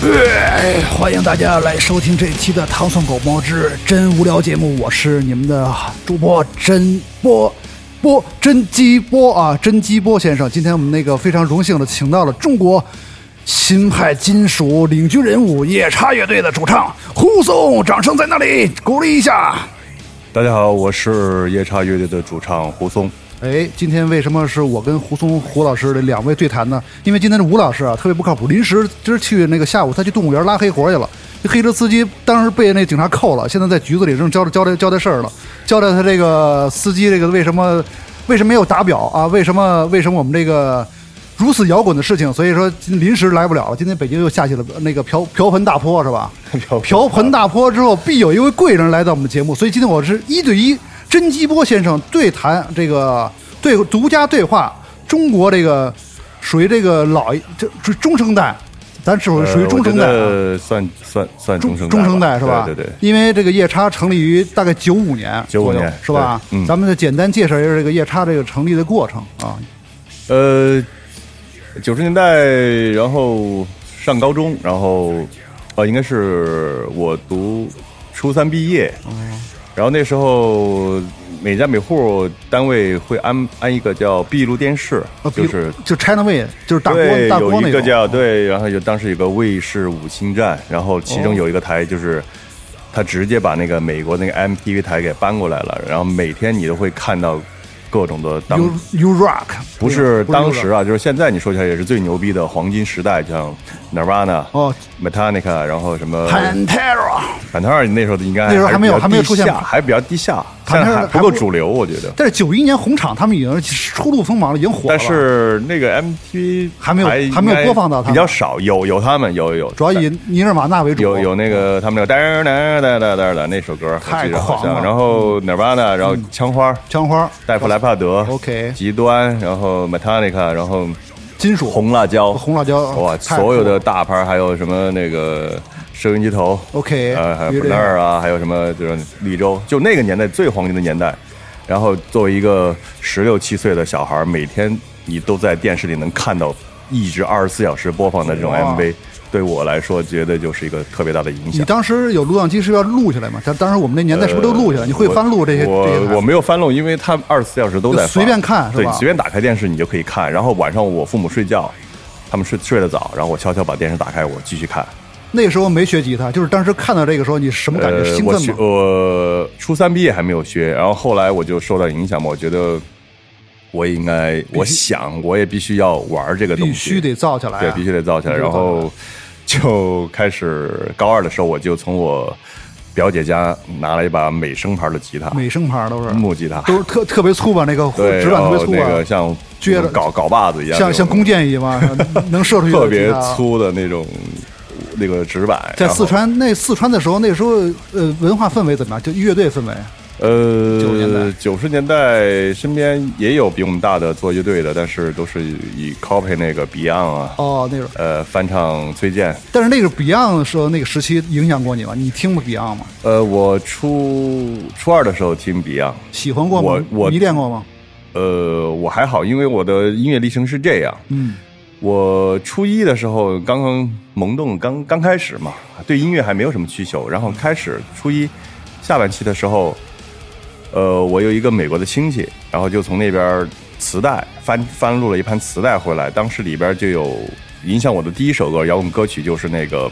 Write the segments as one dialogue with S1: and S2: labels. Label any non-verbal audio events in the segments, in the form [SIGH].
S1: 哎，欢迎大家来收听这一期的《糖蒜狗猫之真无聊》节目，我是你们的主播真波波真鸡波啊，真鸡波先生。今天我们那个非常荣幸的请到了中国新派金属领军人物夜叉乐队的主唱胡松，掌声在那里鼓励一下。
S2: 大家好，我是夜叉乐队的主唱胡松。
S1: 哎，今天为什么是我跟胡松胡老师的两位对谈呢？因为今天这吴老师啊特别不靠谱，临时今儿去那个下午他去动物园拉黑活去了，这黑车司机当时被那警察扣了，现在在局子里正交代交代交代事儿了，交代他这个司机这个为什么为什么没有打表啊？为什么为什么我们这个如此摇滚的事情？所以说临时来不了了。今天北京又下起了那个瓢瓢盆大坡是吧？ [LAUGHS] 瓢盆大坡之后，必有一位贵人来到我们节目，所以今天我是一对一甄基波先生对谈这个对独家对话中国这个属于这个老一这这中生代，咱是不是属于中生代啊？
S2: 呃、算算算中
S1: 中
S2: 生
S1: 中生代
S2: 代
S1: 是吧？
S2: 对对对，
S1: 因为这个夜叉成立于大概九五年左
S2: 95
S1: 右
S2: 年
S1: 是吧？
S2: 对嗯
S1: 咱们就简单介绍一下这个夜叉这个成立的过程啊。
S2: 呃，九十年代，然后上高中，然后啊、应该是我读初三毕业，
S1: 哦
S2: 然后那时候每家每户单位会安安一个叫闭路电视
S1: 呃，比
S2: 就
S1: 如
S2: 是
S1: 就 China Way，就是大锅
S2: 对，
S1: 大锅
S2: 有
S1: 那
S2: 一个
S1: 种。
S2: 叫对，然后有当时有个卫视五星站，然后其
S1: 哦
S2: 中有一个台就是。他直接把那个美国那个 MTV 台给搬过来了，然后每天你都会看到各种的当
S1: You You Rock
S2: 不是当时
S1: 啊
S2: 啊，就是现在你说起来也是最牛逼的黄金时代，像 Nirvana、
S1: 哦
S2: Metallica，然后什么
S1: Pantera，
S2: 反正二那时候应该
S1: 那时候还没有
S2: 比较
S1: 还没有
S2: 地
S1: 出现
S2: 下还比较低下，
S1: Pantera
S2: 但是还
S1: 还不
S2: 不够主流，我觉得。
S1: 但是九一年红场他们已经初露锋芒了，已经火了。
S2: 但是那个 MTV
S1: 还没有
S2: 应该
S1: 还没有播放到他们
S2: 比较少，有有他们有有
S1: 主要以尼日玛纳为主。
S2: 有有那个他们那个哒哒哒哒哒哒那首歌，我记得好
S1: 哦太狂了嗯
S2: 像。然后 Nirvana，然后枪花，
S1: 枪花、
S2: 戴夫莱帕德
S1: OK
S2: 极端，然后 Metallica，然后
S1: 金属、
S2: 红辣椒，
S1: 红辣椒
S2: 哇，
S1: 太酷了
S2: 所有的大牌，还有什么那个收音机头
S1: OK，
S2: 呃，还有
S1: 有
S2: b
S1: 这
S2: l
S1: 个
S2: u r 啊，还有什么就是绿洲，就那个年代最黄金的年代。然后作为一个十六七岁的小孩，每天你都在电视里能看到一直二十四小时播放的这种
S1: 哇
S2: MV，对我来说，绝对就是一个特别大的影响
S1: 你。当时有录像机是要录下来吗？咱当时我们那年代是不是都录下来？你会翻录这些
S2: 呃我
S1: 这些台
S2: 我我没有翻录，因为它二十四小时都在放
S1: 就随便看是吧
S2: 对，随便打开电视你就可以看。然后晚上我父母睡觉，他们睡睡得早，然后我悄悄把电视打开，我继续看。
S1: 那时候没学吉他，就是当时看到这个时候，你什么感觉？
S2: 呃，
S1: 兴
S2: 我学
S1: 奋吗？
S2: 我初三毕业还没有学，然后后来我就受到影响嘛，我觉得我也应该，我想我也必须要玩这个东西，
S1: 必须得造起来啊，
S2: 对，必须得造起来。
S1: 必须得
S2: 然
S1: 造起来
S2: 后就开始高二的时候，我就从我表姐家拿了一把美声牌的吉他，
S1: 美声牌都是
S2: 木吉他，
S1: 都是特特别粗吧，那个 [LAUGHS]
S2: 对，哦
S1: 指板特别粗
S2: 然后那
S1: 啊
S2: 个，像
S1: 撅着
S2: 搞搞把子一样，
S1: 像像弓箭一样
S2: [LAUGHS]
S1: 嘛，能射出去的
S2: 特别
S1: 吉他啊
S2: 粗的那种那个纸板，
S1: 在
S2: 然后
S1: 四川，那四川的时候，那时候呃，文化氛围怎么样？就乐队氛围，90年代
S2: 呃，九十年代身边也有比我们大的做乐队的，但是都是以 copy 那个 Beyond 啊，
S1: 哦，那种。
S2: 呃，翻唱崔健。
S1: 但是那个 Beyond 的时候，那个时期影响过你吗？你听过 Beyond 吗？
S2: 呃，我初初二的时候听 Beyond，
S1: 喜欢过吗？
S2: 我我
S1: 迷恋过吗？
S2: 呃，我还好，因为我的音乐历程是这样。
S1: 嗯，
S2: 我初一的时候刚刚萌动，刚刚开始嘛，对音乐还没有什么需求。然后开始初一下半期的时候，呃，我有一个美国的亲戚，然后就从那边磁带翻翻录了一盘磁带回来，当时里边就有影响我的第一首歌摇滚歌曲，就是那个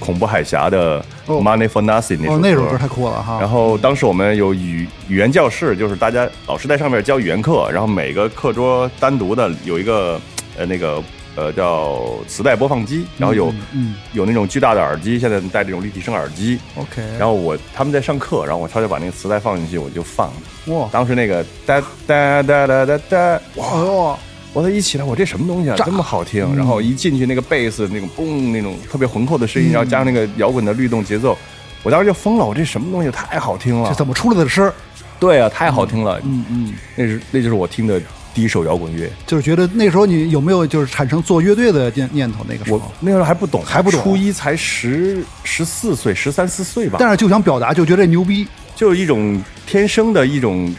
S2: 恐怖海峡的
S1: 哦
S2: 《Money for Nothing》那首歌。
S1: 哦，那首歌太酷了哈。
S2: 然后当时我们有语语言教室，就是大家老师在上面教语言课，然后每个课桌单独的有一个呃那个呃叫磁带播放机，然后有、
S1: 嗯
S2: 有那种巨大的耳机，现在戴这种立体声耳机。
S1: ，OK，
S2: 然后我他们在上课，然后我悄悄把那个磁带放进去，我就放。
S1: 哇，
S2: 当时那个哒哒哒哒哒哒，
S1: 哎呦，
S2: 我才一起来，我这什么东西啊，这么好听！
S1: 嗯
S2: 然
S1: 嗯
S2: 后一进去那个贝斯那种嘣那种特别浑厚的声音，然后加上那个摇滚的律动节奏，我当时就疯了，我这什么东西太好听了
S1: 这，怎么出来的声儿？
S2: 对啊，太好听了，
S1: 嗯嗯，
S2: 那是那就是我听的第一首摇滚乐。
S1: 就是觉得那时候你有没有就是产生做乐队的念念头？那个时
S2: 我
S1: 候，
S2: 哦那时候还不懂，啊
S1: 还不懂
S2: 初一才十十四岁，十三四岁吧，
S1: 但是就想表达，就觉得这牛逼，
S2: 就是一种天生的一种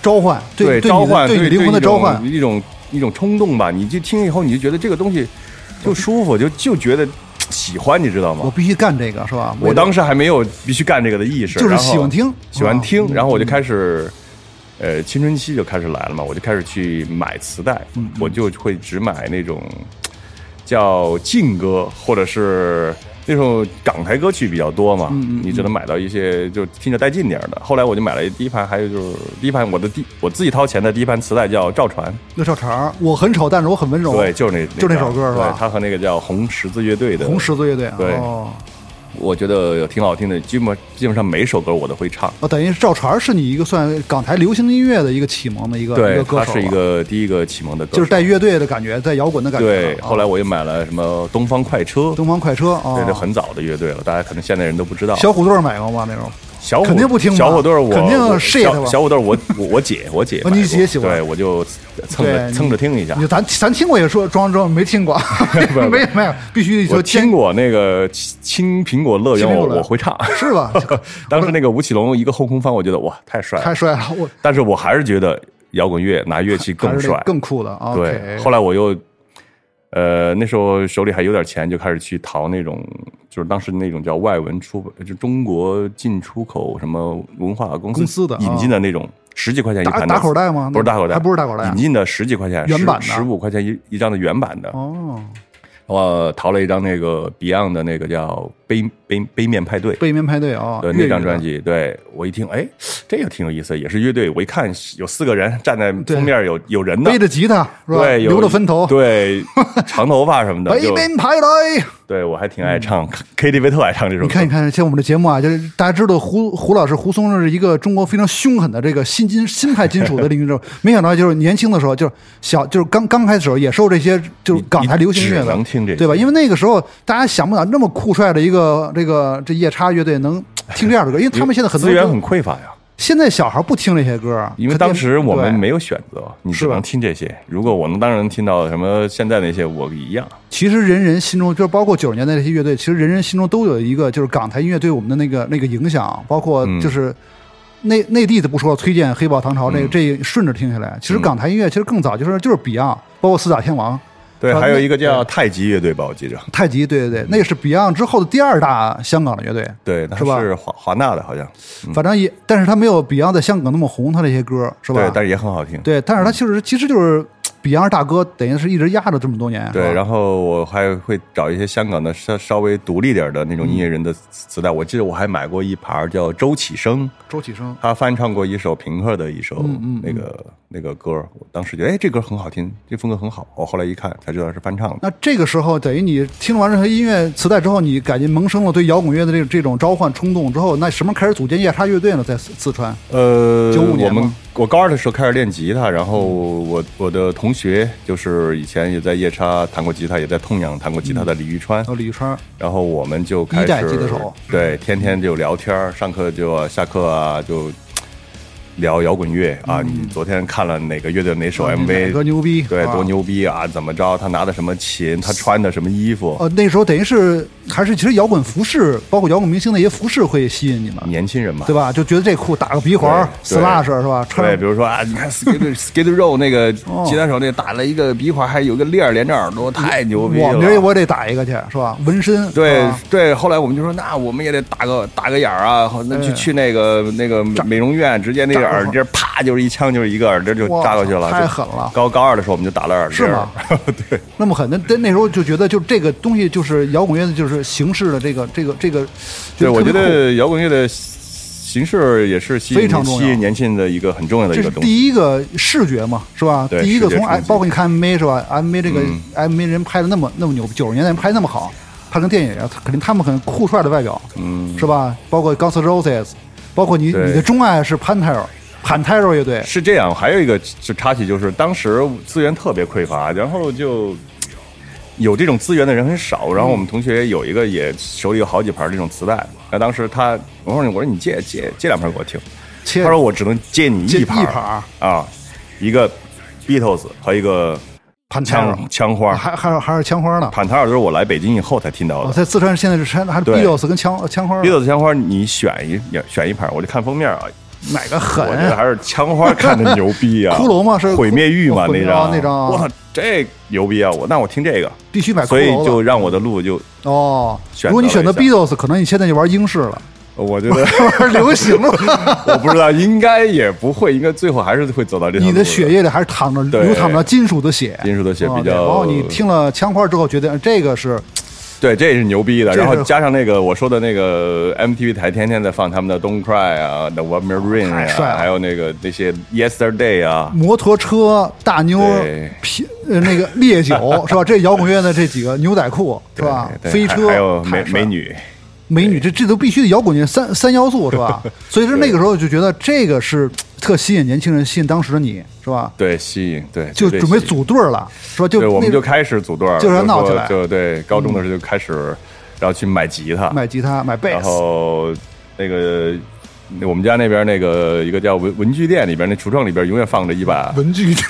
S1: 召唤，对
S2: 召唤，
S1: 对你
S2: 对
S1: 灵魂的召唤，
S2: 一种一种冲动吧。你就听以后，你就觉得这个东西就舒服，就就觉得喜欢，你知道
S1: 我
S2: 吗？
S1: 必须干这个，是吧？
S2: 我
S1: 为了
S2: 当时还没有必须干这个的意识，
S1: 就是
S2: 然后
S1: 喜欢听
S2: 喜欢听
S1: 啊，
S2: 然后我就开始。呃，青春期就开始来了嘛，我就开始去买磁带，
S1: 嗯
S2: 我就会只买那种叫劲歌，或者是那时候港台歌曲比较多
S1: 嗯
S2: 嘛，你只能买到一些就听着带劲点儿的。后来我就买了第一盘，还有就是第一盘我的第我自己掏钱的第一盘磁带叫《赵传》，
S1: 乐少肠儿，我很丑，但是我很温柔，
S2: 对，就是那
S1: 哦就那
S2: 张
S1: 首歌是吧
S2: 对他和那个叫红十字乐队的
S1: 红，十字乐队，
S2: 对
S1: 哦，
S2: 我觉得挺好听的，基本基本上每首歌我都会唱。
S1: 哦，等于是赵传儿是你一个算港台流行音乐的一个启蒙的一个呃一
S2: 对
S1: 个，歌
S2: 他
S1: 手
S2: 是
S1: 了，
S2: 一个第一个启蒙的歌手，
S1: 就是带乐队的感觉，带摇滚的感觉了。
S2: 对。后来
S1: 来
S2: 我又买了什么东方快车，
S1: 东方快车啊，
S2: 对，
S1: 哦
S2: 这很早的乐队了，大家可能现在人都不知道。
S1: 小虎队儿买过吗？那种
S2: 小虎
S1: 肯定不听吧
S2: 小虎队儿我
S1: 肯定
S2: 我
S1: shit
S2: 小
S1: 吧
S2: 小虎队儿我我我姐我姐
S1: [LAUGHS] 哦
S2: 买
S1: 你
S2: 过
S1: 姐喜欢
S2: 对我就蹭
S1: 对
S2: 着
S1: 你
S2: 蹭着听一下
S1: 你。咱咱听过也说装装没听
S2: [LAUGHS]
S1: 过，
S2: 不是
S1: [LAUGHS] 没有没有，必须得
S2: 我
S1: 说
S2: 听过那个《青青苹果乐园
S1: 青苹》，果
S2: 我
S1: 乐园
S2: 我会唱。
S1: 见是吧？
S2: [LAUGHS] 当时那个吴奇隆一个后空翻，我觉得哇太帅了
S1: 太，帅了，我
S2: 但是我还是觉得摇滚乐拿乐器更
S1: 还是
S2: 帅
S1: 得。更酷的。
S2: 对，
S1: OK
S2: 后来我又，呃，那时候手里还有点钱，就开始去淘那种，就是当时那种叫外文出版，就中国进出口什么文化公司
S1: 公司的
S2: 引进的那种十几块钱一
S1: 打
S2: 盘的
S1: 打口袋吗？
S2: 不是打口袋，
S1: 还不是打口袋啊
S2: 引。进的十几块钱，
S1: 原版的
S2: 十五块钱一一张的原版的，
S1: 哦，
S2: 我淘了一张那个 Beyond 的那个叫杯杯杯面派对。
S1: 背面派对啊，
S2: 对
S1: 粤
S2: 那
S1: 语
S2: 张
S1: 的
S2: 专辑，对我一听，哎，这个挺有意思，也是乐队。我一看有四个人站在
S1: 对
S2: 封面有，有人的
S1: 背，着吉他是吧？
S2: 对，有
S1: 留着分头，
S2: 对， [LAUGHS] 长头发什么的，
S1: 北
S2: 就
S1: 面派对。
S2: 对我还挺爱唱 K- KTV 特爱唱这首
S1: 嗯
S2: 歌。
S1: 你看，你看，像我们的节目啊，就是大家知道胡胡老师胡松是一个中国非常凶狠的这个新金新派金属的领域之后，没想到就是年轻的时候，就是小就是刚刚开始的时候也受这些就是港台流行乐
S2: 你只
S1: 的
S2: 能听这些
S1: 对吧？因为那个时候大家想不到那么酷帅的一个这个这夜叉乐队能听这样的歌，因为他们现在很多
S2: 哎资源
S1: 歌
S2: 很匮乏呀，
S1: 现在小孩不听这些歌，
S2: 因为
S1: 肯定
S2: 当时我们
S1: 对
S2: 没有选择，你只
S1: 是吧
S2: 能听这些。如果我能当然听到什么现在那些，我一样。
S1: 其实人人心中，就是包括九十年代那些乐队，其实人人心中都有一个，就是港台音乐对我们的那个那个影响，包括
S2: 嗯
S1: 就是内、内地的不说，崔健、黑豹、唐朝这个、
S2: 嗯
S1: 这顺着听下来，其实港台音乐其实更早就是就是 Beyond，包括四大天王、
S2: 对，
S1: 啊
S2: 还有一个
S1: 那
S2: 叫太极乐队吧，我记着，
S1: 太极，对对
S2: 嗯
S1: 对，那是 Beyond 之后的第二大香港的乐队，
S2: 对，他
S1: 是吧
S2: 是华华纳的，好像，
S1: 反正也，但是他没有 Beyond 在香港那么红，他这些歌是吧
S2: 对，？但是也很好听。
S1: 对，但是他其实其实就是。Beyond 大哥等于是一直压着这么多年，
S2: 对，
S1: 是吧
S2: 然后我还会找一些香港的稍稍微独立点儿的那种
S1: 嗯
S2: 音乐人的磁带。我记得我还买过一盘儿叫周启生，
S1: 周启生
S2: 他翻唱过一首平克的一首
S1: 嗯嗯
S2: 那个那个歌，我当时觉得哎，这歌很好听，这风格很好。我后来一看才知道是翻唱的。
S1: 那这个时候，等于你听完这些音乐磁带之后，你感觉萌生了对摇滚乐的这这种召唤冲动之后，那什么开始组建夜叉乐队呢？在四四川，
S2: 呃，
S1: 95年
S2: 我们
S1: 吗
S2: 我高二的时候开始练吉他，然后我我的同学就是以前也在夜叉弹过吉他，也在痛仰弹过吉他的李玉川，
S1: 哦，李宇川，
S2: 然后我们就开
S1: 一
S2: 始
S1: 代吉他手
S2: 对，天天就聊天儿，上课就啊下课啊就聊摇滚乐
S1: 嗯
S2: 啊，你昨天看了哪个乐队哪首
S1: 哪
S2: MV？
S1: 个牛逼，
S2: [LAUGHS] 对，
S1: 啊
S2: 多！牛逼啊！怎么着？他拿的什么琴？他穿的什么衣服？
S1: 哦，那时候等于是还是其实摇滚服饰，包括摇滚明星那些服饰会吸引你们，
S2: 年轻人嘛，
S1: 对吧？就觉得这酷，打个鼻环
S2: 嗯对对
S1: ，slash 是吧？
S2: 对，
S1: 穿哦
S2: 比如说啊，你看 Skid [LAUGHS] Skid Row 那个吉他手那打了一个鼻环，还有个链儿连着耳朵，太牛逼
S1: 我
S2: 了！
S1: 明儿我啊得打一个去，是吧？纹身，是
S2: 对
S1: 吧
S2: 对，后来我们就说，那我们也得打个打个眼儿啊，好那
S1: 哎
S2: 去去那个那个美容院，直接那个
S1: 扎过去
S2: 耳钉啪就是一枪，就是一个耳钉就
S1: 哇
S2: 扎过去了，
S1: 太
S2: 就
S1: 狠了
S2: 高高二的时候我们就打了耳钉，
S1: 是吗
S2: 对，
S1: 那么狠，那那那时候就觉得，就这个东西就是摇滚乐的，就是形式的这个这个这个，
S2: [LAUGHS] 对，我
S1: 特别
S2: 觉
S1: 酷
S2: 得摇滚乐的形式也是吸
S1: 非
S2: 引
S1: 常重要
S2: 吸引年轻人的一个很重要的一
S1: 这
S2: 个
S1: 是
S2: 东西。
S1: 第一个视觉嘛，是吧？
S2: 对
S1: 第一个
S2: 视觉
S1: 从
S2: 冲
S1: M，
S2: 击
S1: 包括你看 MV 是吧？MV 这个
S2: 嗯
S1: MV 人拍的那么那么牛逼，九十年代人拍那么好，拍成电影，他肯定他们很酷帅的外表，
S2: 嗯，
S1: 是吧？包括 Guns N' Roses，包括你
S2: 对
S1: 你的钟爱是 Pantera。Pantera 乐队，
S2: 是这样，还有一个就插曲，就是当时资源特别匮乏，然后就有这种资源的人很少。然后我们同学有一个也手里有好几盘这种磁带，那当时他我说你我说你借借借两盘给我听，
S1: 切
S2: 他说我只能借你
S1: 借
S2: 一盘
S1: 一盘儿
S2: 啊，一个 Beatles 和一个
S1: 盘头儿
S2: 枪枪花。
S1: 还还有还是枪花呢。
S2: 盘塔尔都是我来北京以后才听到
S1: 我
S2: 的。
S1: 啊哦在四川现在是山还是
S2: 对
S1: Beatles 跟枪枪花呢
S2: Beatles 枪花，你选一选一盘，我就看封面啊，
S1: 哪个
S2: 我
S1: 狠
S2: 觉得
S1: 啊？
S2: 还是枪花看着牛逼啊。
S1: [LAUGHS] 骷髅吗是
S2: 毁灭域嘛
S1: 毁
S2: 那
S1: 灭
S2: 张
S1: 哦那张
S2: 我操，这牛逼啊！我那我听这个，
S1: 必须买骷
S2: 所以
S1: 髅
S2: 就
S1: 了
S2: 让我的路就，
S1: 哦。
S2: 选择
S1: 如果你
S2: 了
S1: 选择
S2: 一下
S1: Beatles，可能你现在就玩英式了，
S2: 我觉得 [LAUGHS]
S1: 玩流行了。
S2: 我不知道，应该也不会，应该最后还是会走到这条
S1: 你
S2: 路
S1: 的血液里还是淌着
S2: 对
S1: 流淌着金属的血，
S2: 金属的血
S1: 啊
S2: 比
S1: 对
S2: 较
S1: 然后你听了枪花之后，觉得呃这个是
S2: 对，这是牛逼的。
S1: 这是
S2: 然后加上那个我说的那个 MTV 台，天天在放他们的《Don't Cry》啊，《The One More Ring》
S1: 太帅
S2: 啊，
S1: 了
S2: 还有那个那些《Yesterday》啊，
S1: 摩托车、大妞
S2: 对、
S1: 啤呃那个烈
S2: [LAUGHS]
S1: 酒是吧？这摇滚乐的这几个牛仔裤是吧？
S2: 对
S1: 飞
S2: 对还
S1: 车
S2: 还有
S1: 太
S2: 美
S1: 帅了
S2: 美女，
S1: 美女，这这都必须得摇滚乐三三要素是吧？所以说那个时候就觉得这个是特吸引年轻人，吸引当时的你是吧？
S2: 对，吸引，对，
S1: 就
S2: 这
S1: 准备
S2: 吸引
S1: 组队儿了是吧？就
S2: 对，我们
S1: 那
S2: 就开始组队儿，
S1: 就是要闹起
S2: 说
S1: 来嗯
S2: 就对，高中的时候就开始，然后去买吉他，
S1: 买吉他买贝
S2: 然
S1: 斯，
S2: 后那个那我们家那边那个一个叫文文具店里边那橱窗里边永远放着一把，
S1: 文具店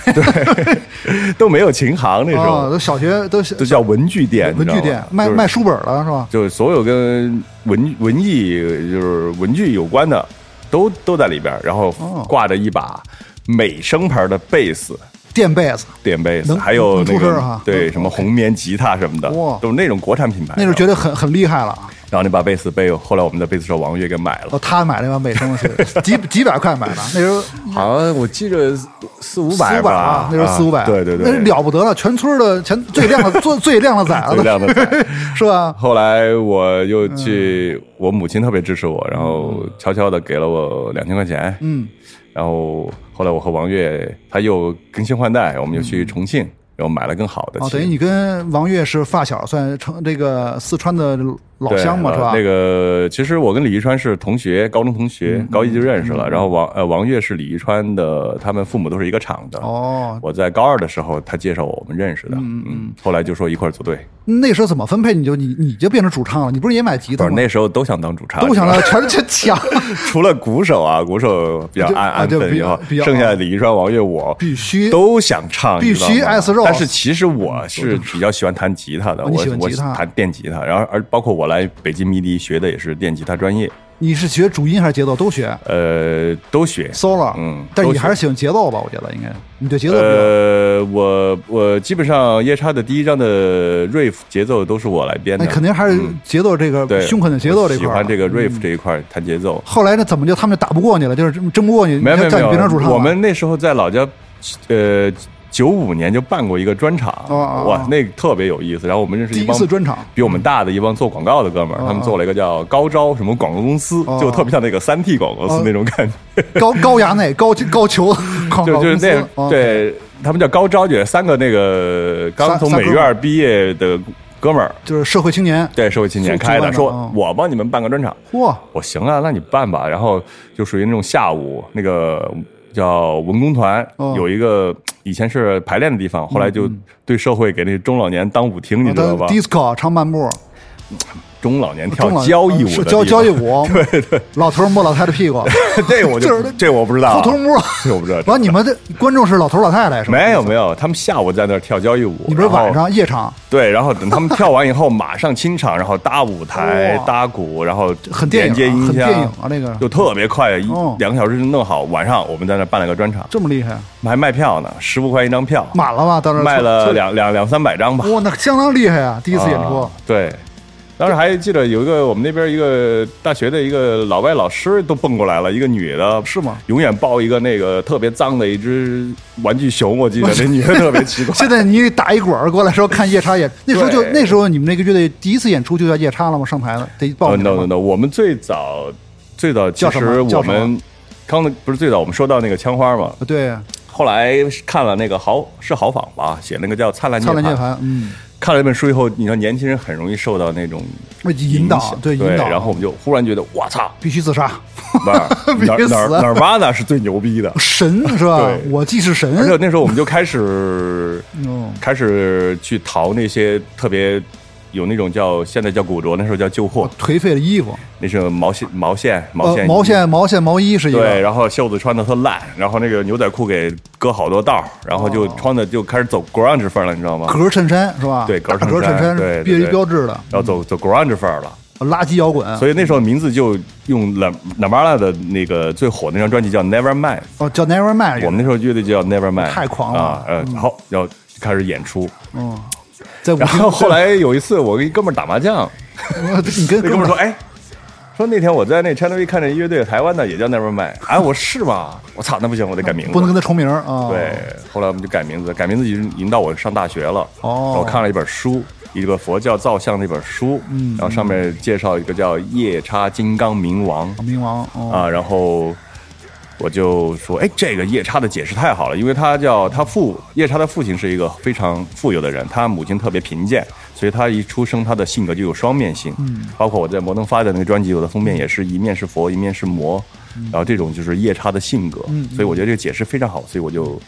S2: [LAUGHS] 都没有琴行那时
S1: 啊，
S2: 候，
S1: 都小学都小
S2: 都叫文具店，你
S1: 文
S2: 知道
S1: 具
S2: 吗
S1: 店卖
S2: 就是
S1: 卖书本儿了是吧？
S2: 就是所有跟文文艺就是文具有关的，都都在里边儿，然后
S1: 哦
S2: 挂着一把美声牌的贝斯。
S1: 电贝斯
S2: 电贝斯，
S1: 能
S2: 还有
S1: 能出
S2: 那
S1: 声儿
S2: 个、
S1: 哈
S2: 对
S1: 嗯
S2: 什么红棉吉他什么的，
S1: 哇
S2: 都是那种国产品牌的。
S1: 那时候觉得很很厉害了。
S2: 然后那把贝斯被后来我们的贝斯手王悦给买了
S1: 哦，，他买了一把美声
S2: [LAUGHS]
S1: 去，几几百块买的，那时候
S2: 好像我记着四五
S1: 四五百啊，那时候四五百，
S2: 对对对，
S1: 那了不得了，全村的全最靓的最最靓的崽
S2: 最
S1: 子，
S2: 亮的
S1: [LAUGHS]
S2: 仔。
S1: 是吧？
S2: 后来我又去，
S1: 嗯
S2: 我母亲特别支持我，然后悄悄的给了我两千块钱，嗯，然后后来我和王悦他又更新换代，我们又去重庆，然后买了更好的
S1: 嗯哦，
S2: 琴，
S1: 等于你跟王悦是发小，算成这个四川的老乡嘛，
S2: 对
S1: 是吧？
S2: 呃那个其实我跟李一川是同学，高中同
S1: 嗯
S2: 学，高一就认识了。然后王呃王悦是李一川的，他们父母都是一个厂的。
S1: 哦，
S2: 我在高二的时候，他介绍我们认识的，嗯，后来就说一块儿组队，
S1: 那时候怎么分配？你就你你就变成主唱了，你不是也买吉
S2: 不
S1: 他
S2: 是
S1: 吗？
S2: 那时啊候都想当主唱，
S1: 都想
S2: 你知道吗
S1: 让全全抢，
S2: [LAUGHS] 除了鼓手啊，鼓手比较
S1: 就
S2: 安
S1: 啊
S2: 安
S1: 就
S2: 分
S1: 比
S2: 以后
S1: 比较，
S2: 剩下李一川、王悦我
S1: 必须
S2: 都想唱，
S1: 必
S2: 你知道
S1: 须
S2: 吗
S1: Ice Rose
S2: 但是其实我是比较喜欢弹吉他的，
S1: 哦你
S2: 我
S1: 喜欢
S2: 我
S1: 吉他
S2: 弹电吉他，然后而包括我来北京迷笛学的也是电吉他专业，
S1: 你是学主音还是节奏都学
S2: 呃，都学。
S1: ？solo，
S2: 嗯
S1: 但是你
S2: 都学
S1: 还是喜欢节奏吧？我觉得应该，你对节奏比较
S2: 呃，我我基本上夜叉的第一张的 riff 节奏都是我来编
S1: 那
S2: 的，
S1: 哎肯定还是节奏这个
S2: 嗯对
S1: 凶狠的节奏这块
S2: 喜
S1: 儿。啊
S2: 欢这个 riff 这一块儿弹节奏，
S1: 后来呢，怎么就他们就打不过你了？就是争不过你，
S2: 没有没有
S1: 你就
S2: 没
S1: 占你变成主唱
S2: 有，
S1: 了
S2: 我们那时候在老家，呃，九五年就办过一个专场，
S1: 哦哦
S2: 哇
S1: 哦，
S2: 那个特别有意思。然后我们认识
S1: 第
S2: 一
S1: 一
S2: 帮
S1: 次专场，嗯
S2: 比我们大的一帮做广告的哥们儿，他们做了一个叫高招什么广告公司，
S1: 哦
S2: 就特别像那个三 T 广告公司那种感觉， [LAUGHS]
S1: 高高衙内、高高俅、广
S2: 就
S1: 告
S2: 就是
S1: [LAUGHS] 公司
S2: 那、
S1: 啊
S2: 对他们叫高招，就是三个那个刚
S1: 三
S2: 从
S1: 三
S2: 美
S1: 哥们
S2: 院毕业的哥们儿，
S1: 就是社会青年。
S2: 对社会青年开的，
S1: 主办的
S2: 说
S1: 嗯
S2: 我帮你们办个专场。
S1: 嚯，
S2: 我行啊，那你办吧。然后就属于那种下午那个叫文工团，
S1: 哦
S2: 有一个以前是排练的地方，
S1: 嗯
S2: 后来就对社会给那中老年当舞厅，你知道吧
S1: 他？disco 唱慢步，
S2: 中老年跳
S1: 中老
S2: 交谊舞
S1: 是
S2: 的
S1: 交
S2: 地方
S1: 交谊，
S2: [LAUGHS]
S1: 舞，对对，老头儿摸老太太屁股，
S2: 这
S1: [LAUGHS]
S2: 我
S1: 就
S2: 就是
S1: 那
S2: 这我不知道
S1: 偷
S2: 啊，
S1: 偷摸。
S2: 这我不知道。
S1: 完，你们这观众是老头儿老太太是吧？
S2: 没有没哦有，他们下午在那儿跳交谊舞，
S1: 你不是晚
S2: 然后
S1: 上夜场，
S2: 对，然后等他们跳完以后，马上清场，然后搭舞台
S1: 哇、
S2: 搭鼓，然后
S1: 很电影啊
S2: 连接音
S1: 很
S2: 箱，
S1: 电影啊那个
S2: 就特别快，一
S1: 哦
S2: 两个小时就弄好。晚上我们在那儿办了个专场，
S1: 这么厉害，
S2: 还卖票呢，十五块一张票，
S1: 满了吧？当时
S2: 卖了，两两两三百张吧。
S1: 哇，那相当厉害啊！第一次演出
S2: 啊，对，当时还记得有一个我们那边一个大学的一个老外老师都蹦过来了，一个女的，
S1: 是吗？。
S2: 永远抱一个那个特别脏的一只玩具熊，我记得那女的特别奇怪
S1: [LAUGHS] 现在你打一滚儿过来说看夜叉演，那时候就
S2: 对
S1: 那时候你们那个乐队第一次演出就叫夜叉了吗？上台了得报
S2: 哦
S1: 名
S2: no
S1: 吗
S2: no no，我们最早最早其
S1: 叫什
S2: 实
S1: 么叫
S2: 我
S1: 什么
S2: 们刚的不是最早我们说到那个枪花嘛，
S1: 啊对，
S2: 后来看了那个豪是豪仿吧，写那个叫《灿烂涅
S1: 灿
S2: 槃
S1: 烂涅》，槃，嗯，
S2: 看了这本书以后，你知道年轻人很容易受到那种
S1: 引
S2: 影
S1: 导
S2: 响
S1: 对
S2: 对
S1: 引导， [LAUGHS]
S2: 然后我们就忽然觉得我操。
S1: 必须自杀，
S2: 不是哪
S1: 别
S2: 哪
S1: 死啊，
S2: 哪巴纳是最牛逼的
S1: 神是吧
S2: [LAUGHS] 对？
S1: 我既是
S2: 而且
S1: 神，
S2: 那时候我们就开始
S1: 嗯
S2: 开始去淘那些特别有那种叫现在叫古着，那时候叫旧货，
S1: 颓废的衣服，
S2: 那是毛线毛线毛线
S1: 呃，
S2: 衣
S1: 毛线毛线毛衣是一
S2: 对，
S1: 个，
S2: 然后袖子穿的特烂，然后那个牛仔裤给割好多道儿，然后就穿的就开始走 grunge 风了，你知道吗？
S1: 格儿衬衫是吧？
S2: 对格儿
S1: 大
S2: 衬衫
S1: 格儿衬衫
S2: 对
S1: 是
S2: 对
S1: 必
S2: 对
S1: 标志的
S2: 然后走走 grunge 风了，
S1: 垃圾摇滚，
S2: 所以那时候名字就用 La La m a l a 的那个最火那张专辑叫 Nevermind，
S1: 哦叫 Never Mind，
S2: 我们那时候乐队就叫 Nevermind，
S1: 太狂了
S2: 啊！呃，好，然后开始演出， [LAUGHS]
S1: 嗯，在舞
S2: 然
S1: 厅，
S2: 后后来有一次我跟一哥们儿打麻将，
S1: [LAUGHS] 你跟
S2: 那
S1: 哥
S2: 哥们
S1: 们
S2: 儿
S1: 儿
S2: 说，哎。说那天我在那 China V 看见一乐队，台湾的也叫 Nevermind，哎，我是吗？我操，那不行，我得改名字，
S1: 不能跟他重名儿啊，
S2: 对，，后来我们就改名字，改名字已经已经到我上大学了。
S1: 哦
S2: 我看了一本书，一个佛教造像那本书，嗯，然后上面介绍一个叫夜叉金刚明王
S1: 冥王哦，
S2: 啊，然后我就说，哎，这个夜叉的解释太好了，因为他叫他父夜叉的父亲是一个非常富有的人，他母亲特别贫贱，所以他一出生他的性格就有双面性，嗯，包括我在摩登发的那个专辑，我的封面也是一面是佛，一面是魔，然后这种就是夜叉的性格，嗯，所以我觉得这个解释非常好，所以我就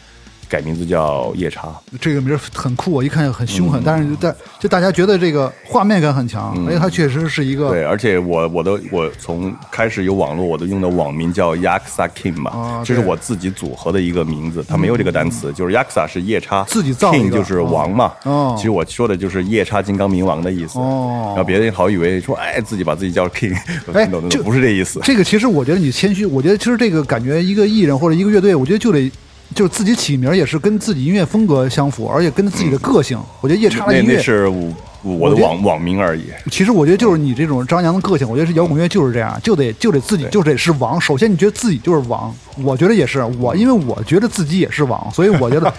S2: 改名字叫夜叉，
S1: 这个名儿很酷，我一看很凶
S2: 嗯
S1: 狠，但是但就大家觉得这个画面感很强，而且它确实是一
S2: 对，
S1: 个
S2: 而且我我的我从开始有网络，我都用的网名叫 Yaksa King 嘛，
S1: 啊
S2: 这是
S1: 对嗯
S2: 我自己组合的一个名字，它没有这个单词，就是 Yaksa 是夜叉，
S1: 自己造一
S2: King
S1: 个
S2: 就是王嘛。
S1: 哦
S2: 其实我说的就是夜叉金刚冥王的意思。
S1: 哦
S2: 然后别人好以为说，哎，自己把自己叫 King，
S1: 哎
S2: no, no, no，
S1: 这
S2: 不是这意思。
S1: 这个，其实我觉得你谦虚，我觉得其实这个感觉一个艺人或者一个乐队，我觉得就得。就是自己起名儿也是跟自己音乐风格相符，而且跟自己的个性。我觉得夜叉的
S2: 嗯那
S1: 音
S2: 那
S1: 乐，
S2: 是我我
S1: 我
S2: 的
S1: 觉得
S2: 网网名而已。
S1: 其实我觉得就是你这种张扬的个性，我觉得是摇滚乐就是这样，就得就得自己就得是王。首先你觉得自己就是王，我觉得也是我，因为我觉得自己也是王，所以我觉
S2: [LAUGHS]
S1: 得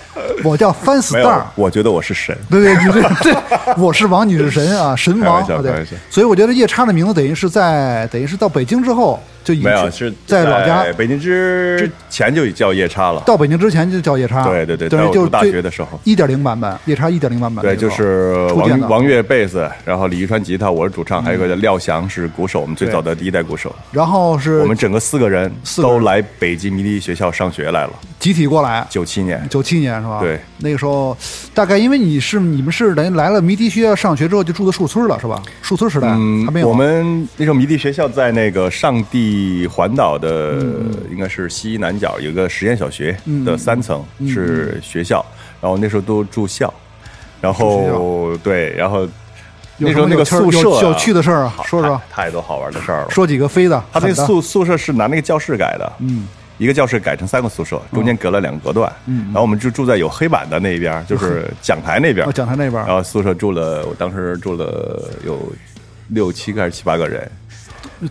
S1: 我叫翻死
S2: 没
S1: 蛋
S2: 有
S1: 儿，。
S2: 我觉得我是神。
S1: 对对，你这这我是王，你是神啊，神
S2: 开
S1: 王
S2: 玩笑
S1: 啊，
S2: 开
S1: 对
S2: 玩笑。
S1: 所以我觉得夜叉的名字等于是在等于是到北京之后就已经
S2: 没有，是
S1: 在老家
S2: 北京之前就叫夜叉了。
S1: 到北京之前就叫夜叉，
S2: 对对对
S1: 等
S2: 在
S1: 于
S2: 我
S1: 就
S2: 读大学的时候
S1: 一点零版本，夜叉一点零版本的
S2: 对，
S1: 时候，
S2: 就是
S1: 初见
S2: 王
S1: 的嗯
S2: 王岳贝斯，然后李玉川吉他，我是主唱，还有一个叫廖翔是鼓手，我们最早的第一代鼓手。
S1: 然后是
S2: 我们整个四个人
S1: 个人
S2: 都来北京迷笛学校上学来了，
S1: 集体过来，
S2: 九七年。
S1: 九七年是吧？
S2: 对，
S1: 那个时候大概因为你是你们是等于来了迷笛学校上学之后就住的树村了是吧？树村时代、
S2: 嗯
S1: 还没，有
S2: 我们那时候迷笛学校在那个上地环岛的，
S1: 嗯
S2: 应该是西南角有个实验小学的三层
S1: 嗯
S2: 是学校，然后那时候都住校，然后对，然后
S1: 有什
S2: 那时
S1: 么
S2: 候那
S1: 有
S2: 个
S1: 趣儿
S2: 宿舍
S1: 有
S2: 啊
S1: 有趣的事儿啊
S2: 好，
S1: 说说
S2: 太太多好玩的事儿了。
S1: 说几个飞的，
S2: 他那
S1: 狠的
S2: 宿宿舍是拿那个教室改的，嗯，一个教室改成三个宿
S1: 哦
S2: 舍，中间隔了两个隔断，嗯，然后我们就住在有黑板的那一边，就是讲台那边
S1: 哦，，讲台那边
S2: 然后宿舍住了，我当时住了有六七个还是七八个人，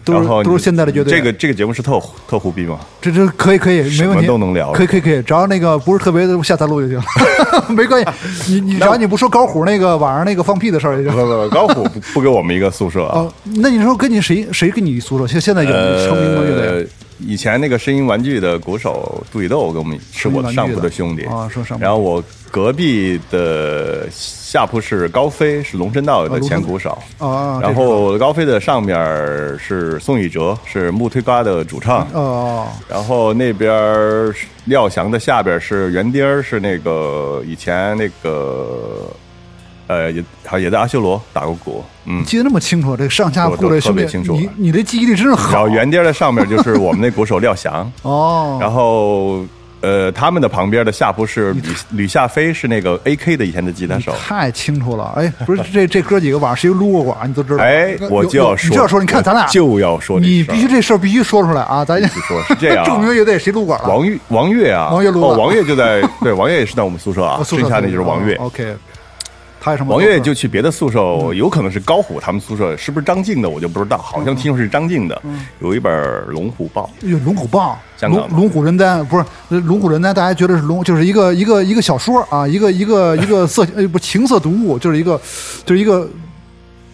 S1: 都
S2: 然
S1: 是
S2: 后
S1: 都
S2: 你
S1: 是现在的乐队，啊
S2: 这个这个节目是特特胡逼吗？
S1: 这这可以可以没问题，
S2: 什么都能聊
S1: 可以可以可以，只要那个不是特别的，下次录就行，
S2: [LAUGHS]
S1: 没关系，你你只要你不说高虎那个晚上那个放屁的事儿就
S2: 不
S1: 行。
S2: 不不，高虎不不给我们一个宿舍啊，
S1: 哦，那你说跟你谁谁跟你宿舍？现现在有成名的乐队
S2: 呃，以前那个声音玩具的鼓手杜宇豆跟我们是我上铺的兄弟
S1: 声音玩具的啊是上铺
S2: 然后我隔壁的下铺是高飞，是龙神道的前鼓手
S1: 啊龙神道啊
S2: 然后高飞的上面是宋以哲，是木推瓜的主唱。
S1: 哦，
S2: 然后那边儿是廖翔的下边是园丁儿，是那个以前那个呃也好像也在阿修罗打过鼓，嗯，
S1: 记得那么清楚，这上下
S2: 我
S1: 铺
S2: 都
S1: 这
S2: 特
S1: 兄
S2: 别
S1: 弟，
S2: 清楚
S1: 你你这记忆力真是
S2: 然
S1: 好
S2: 后园丁儿的上面就是我们那鼓手廖翔，
S1: 哦。
S2: 然后呃，他们的旁边的下铺是吕吕夏飞，是那个 AK 的以前的吉他手。
S1: 太清楚了，哎，不是这这哥几个晚上谁撸过啊管，你都知道。
S2: 哎，我就要
S1: 有有
S2: 说，
S1: 你就要说，你看咱俩
S2: 我就要说这事儿，
S1: 你必须这事儿必须说出来啊！咱
S2: 必须说是
S1: [LAUGHS]
S2: 这样啊
S1: 著名乐队谁撸管了？
S2: 王岳，王岳啊，
S1: 王岳撸了
S2: 哦，王岳就在对， [LAUGHS] 王岳也是在我们宿舍啊，
S1: 哦宿
S2: 剩
S1: 舍
S2: 下那就是王岳
S1: 哦。OK，他有嗯什么？
S2: 王岳就去别的宿舍，有可能是高虎他们宿舍，是不是张静的我就不知道，好像听说是张静的，
S1: 嗯
S2: 有一本《龙虎豹》，
S1: 有龙虎豹，
S2: 香港
S1: 龙
S2: 的
S1: 龙虎人丹不是龙虎人丹，大家觉得是龙，就是一个一个一个小说啊，一个一个一个色呃不情色读物，就是一个就是一个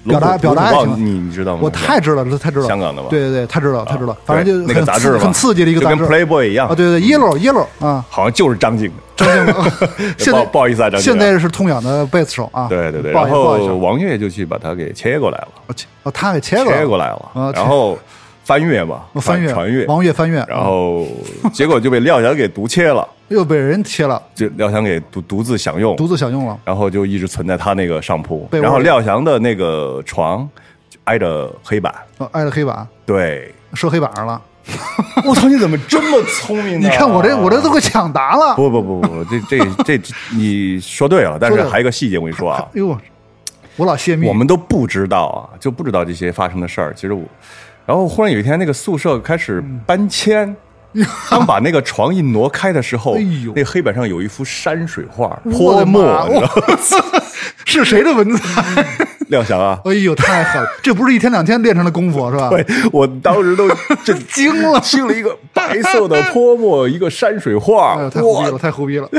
S1: 表达表
S2: 龙虎
S1: 达爱
S2: 豹
S1: 情
S2: 你你知道吗？
S1: 我太知道了，这太知道了。
S2: 香港的吧啊
S1: 对对对，太知道了，太知道了。反正就
S2: 对那个
S1: 很
S2: 杂
S1: 刺
S2: 志嘛
S1: 很刺激的一个
S2: 就
S1: 杂
S2: 跟
S1: 志
S2: Playboy 一样
S1: 啊，对对，Yellow Yellow 啊，
S2: 好像就是张静的，
S1: 张静
S2: [LAUGHS]
S1: 啊现在
S2: 不不好意思啊张静啊
S1: 现在是痛仰的贝斯手啊。
S2: 对对对，
S1: 不好
S2: 然
S1: 意思不好意
S2: 后
S1: 思
S2: 王岳就去把他给切过来了。
S1: 哦哦切哦，他给切过来
S2: 切过
S1: 了。
S2: 来了
S1: 啊，
S2: 然后翻越吧，
S1: 我翻越
S2: 传阅，
S1: 王越翻越，
S2: 然后结果就被廖翔给毒切了， [LAUGHS]
S1: 又被人切了，
S2: 就廖翔给独独自享用，
S1: 独自享用了。
S2: 然后就一直存在他那个上铺，
S1: 被窝里
S2: 然后廖翔的那个床就挨着黑板，
S1: 呃挨着黑板， [LAUGHS]
S2: 对。
S1: 射黑板上了。
S2: 我操，你怎么这么聪
S1: [LAUGHS]
S2: 明 [LAUGHS]
S1: 你看我这，我这都快抢答了。
S2: 不不不不，这这这，你说对了，但是
S1: 说对了
S2: 还有一个细节，我跟你说啊，
S1: 哎呦，我老泄密。
S2: 我们都不知道啊，就不知道这些发生的事儿。其实我，然后忽然有一天，那个宿舍开始搬迁，当把那个床一挪开的时候，
S1: 嗯哎呦
S2: 那黑板上有一幅山水画，
S1: 我
S2: 泼
S1: 的妈
S2: 墨，你知道吗？
S1: 我 [LAUGHS] 是谁的文采？
S2: [LAUGHS] 廖翔啊，
S1: 哎呦，太狠了！这不是一天两天练成的功夫是吧？
S2: 对我当时都震
S1: 惊
S2: [LAUGHS]
S1: 了
S2: 兴了一个白色的泼墨，一个山水画
S1: 哎呦，，太胡逼了，
S2: 哇，
S1: 太胡逼了！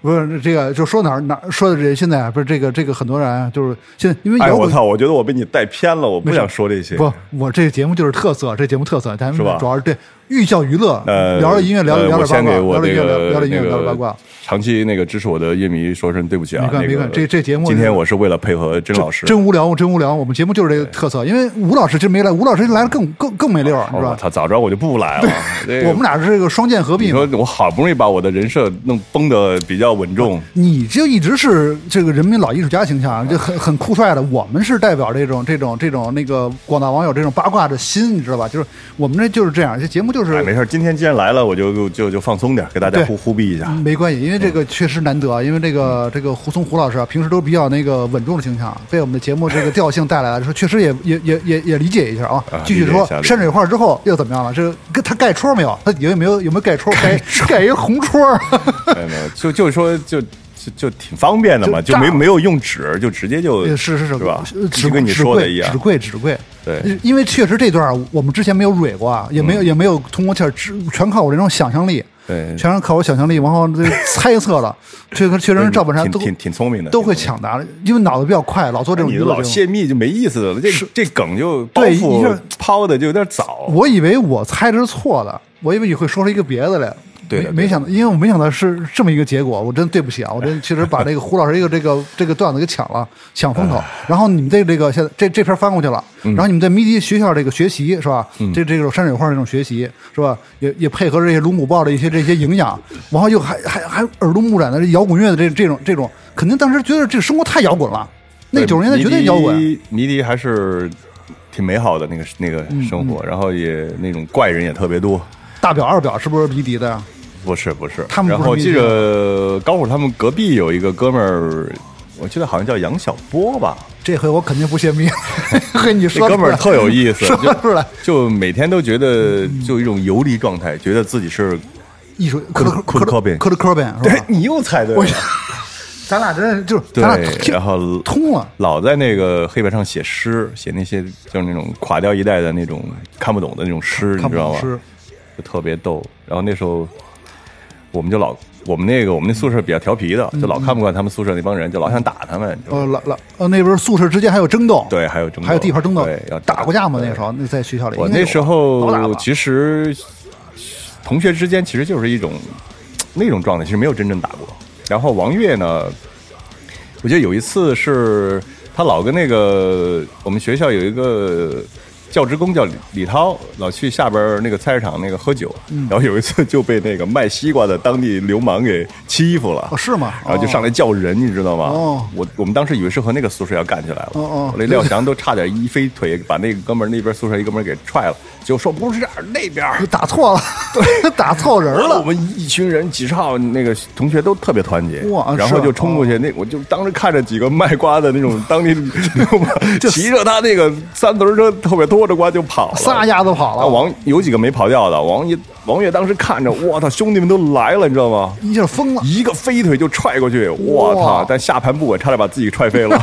S1: 不是这个，就说哪儿哪儿说的人现在啊不是这个这个很多人啊就是现在因为
S2: 哎，
S1: 摇
S2: 我
S1: 滚、
S2: 操，我觉得我被你带偏了，我不想说这些，
S1: 不，我这个节目就是特色，这节目特色，咱
S2: 是吧
S1: 们主要是对寓教于乐，
S2: 呃，
S1: 聊聊音乐，聊
S2: 呃
S1: 聊点
S2: 我
S1: 八
S2: 先
S1: 卦，
S2: 给我
S1: 聊聊
S2: 这
S1: 音乐，
S2: 个
S1: 聊聊音乐，
S2: 那个
S1: 聊聊八卦。
S2: 长期那个支持我的乐迷说声对不起啊，
S1: 没关
S2: 那
S1: 没
S2: 个
S1: 关这这节目
S2: 今
S1: 是
S2: 天我是为了配合甄老师，
S1: 真无聊，真无聊。我们节目就是这个特色，因为吴老师其实没来，吴老师来了更更更没溜儿，是
S2: 我
S1: 吧？
S2: 操，早知道我就不来了。 [LAUGHS] 这个
S1: 我们俩是这个双剑合
S2: 你
S1: 璧嘛
S2: 说，我好不容易把我的人设弄绷得比较稳重，
S1: 你就一直是这个人民老艺术家形象，就很很酷帅的。我们是代表这种这种这种那个广大网友这种八卦的心，你知道吧？就是我们这就是这样，这节目就是、
S2: 哎，没事儿，今天既然来了，我就就就就放松点儿，给大家
S1: 对
S2: 呼呼逼
S1: [LAUGHS]
S2: 一下。
S1: 没关系，因为这
S2: 嗯
S1: 个确实难得啊，因为这个这个胡松胡老师啊，平时都比较那个稳重的形象，被我们的节目这个调性带来了，说确实也也也也也理解一下啊
S2: 啊。
S1: 继续
S2: 理解
S1: 说
S2: 一下理解
S1: 山水画之后又怎么样了？这跟他盖戳没有？他有没有有没有盖
S2: [LAUGHS]
S1: 戳？盖盖一个红戳儿？
S2: 没有哎没有，就就是说就。就就挺方便的嘛，
S1: 就
S2: 就没
S1: 炸了呃
S2: 没有用纸，就直接就
S1: 是是是
S2: 吧？
S1: 纸
S2: 就跟你说的一样
S1: 纸，贵纸贵。
S2: 对
S1: 因因为确实这段儿我们之前没有蕊过啊，也没有、也没有通过气儿，只全靠我这种想象力，
S2: 对
S1: 全是靠我想象力，然后这猜测的，确确实是赵本山
S2: 挺
S1: 都
S2: 挺挺聪明的，
S1: 都会
S2: 挺聪
S1: 抢答的，因为脑子比较快，老做这种
S2: 明
S1: 娱
S2: 的。你
S1: 乐
S2: 老
S1: 这种
S2: 泄密就没意思了，这这梗就包
S1: 对一
S2: 袱
S1: 下嗯
S2: 抛的就有点早。
S1: 我以为我猜的是错的，我以为你会说出一个别的来。
S2: 对
S1: 没
S2: 的对
S1: 没
S2: 的
S1: 想到，因为我没想到是这么一个结果，我真对不起啊！我
S2: [LAUGHS]
S1: 真确实把这个胡老师一个这个这个段子给抢了，抢风
S2: 哎
S1: 头。然后你们在这个现在这这篇翻过去了，
S2: 嗯
S1: 然后你们在迷笛学校这个学习是吧？这这种山水画这种学习是吧？也也配合着这些龙虎豹的一些这些营养，然后又还还还耳濡目染的这摇滚乐的这这种这种，肯定当时觉得这生活太摇滚了，那
S2: 对
S1: 九十年代绝对
S2: 迷笛
S1: 摇滚。
S2: 迷笛还是挺美好的那个那个
S1: 嗯
S2: 生活，然后也那种怪人也特别多。
S1: 大表二表是不是迷笛的呀？
S2: 不是不是，
S1: 他们
S2: 然
S1: 不是
S2: 后
S1: 迷
S2: 记
S1: 笛
S2: 着高虎他们隔壁有一个哥们儿，我记得好像叫杨晓波吧，
S1: 这回我肯定不泄密了， [LAUGHS] 嘿，你
S2: 这
S1: 说
S2: 哥们
S1: 出
S2: 儿
S1: 来
S2: 特有意思，
S1: 说
S2: 就
S1: 出来，
S2: 就每天都觉得
S1: 嗯
S2: 就有一种游离状态，觉得自己是。
S1: 艺术科
S2: 克里
S1: 科
S2: 克里科宾
S1: 科科宾是吧？
S2: 你又猜对
S1: 我咱俩真是就是
S2: 对
S1: 咱俩，
S2: 然后
S1: 通了，
S2: 老在那个黑板上写诗，写那些就是那种垮掉一代的那种看不懂的那种诗，你
S1: 看不
S2: 知道
S1: 懂
S2: 吗？
S1: 诗
S2: 就特别逗。然后那时候我们就老我们那个我们那宿舍比较调皮的，就老看不惯他们宿舍那帮人，就老想打他们。就
S1: 呃老老呃那边宿舍之间还有争斗，
S2: 对还有争斗
S1: 还有地盘争斗
S2: 对要，打
S1: 打过架吗？
S2: 对
S1: 那时候那在学校里，
S2: 我
S1: 应该
S2: 那
S1: 有
S2: 时
S1: 老打
S2: 候
S1: 吧
S2: 其实同学之间其实就是一种那种状态，其实没有真正打过。然后王悦呢，我记得有一次是他老跟那个我们学校有一个教职工叫李李涛，老去下边儿那个菜市场那个喝酒，
S1: 嗯
S2: 然后有一次就被那个卖西瓜的当地流氓给欺
S1: [LAUGHS]
S2: 负了
S1: 哦。是吗？
S2: 然后就上
S1: 来
S2: 来叫人，你知道吗？
S1: 哦
S2: 我我们当时以为是和那个宿舍要干起来了，
S1: 哦哦
S2: 我那廖翔都差点一飞腿把那个哥们儿那边宿舍一哥们儿给踹了，结果说不是这儿那边儿。
S1: 打错了，对， [LAUGHS] 打错人
S2: 然后我
S1: 了，
S2: 们一群人几十号那个同学都特别团结，
S1: 哇
S2: 然后
S1: 是啊
S2: 就冲过去，那我就当时看着几个卖瓜的那种
S1: [LAUGHS]
S2: 当地那种吧，骑着他那个三轮车后面拖着瓜就跑了，
S1: 仨丫头跑
S2: 啊
S1: 了，
S2: 王有几个没跑掉的，王爷王爷当时看着，我操，兄弟们都来了，你知道吗？
S1: 一下疯了，
S2: 一个飞腿就踹过去，我操
S1: 哇！
S2: 但下盘不稳，差点把自己踹飞
S1: [LAUGHS]
S2: 了。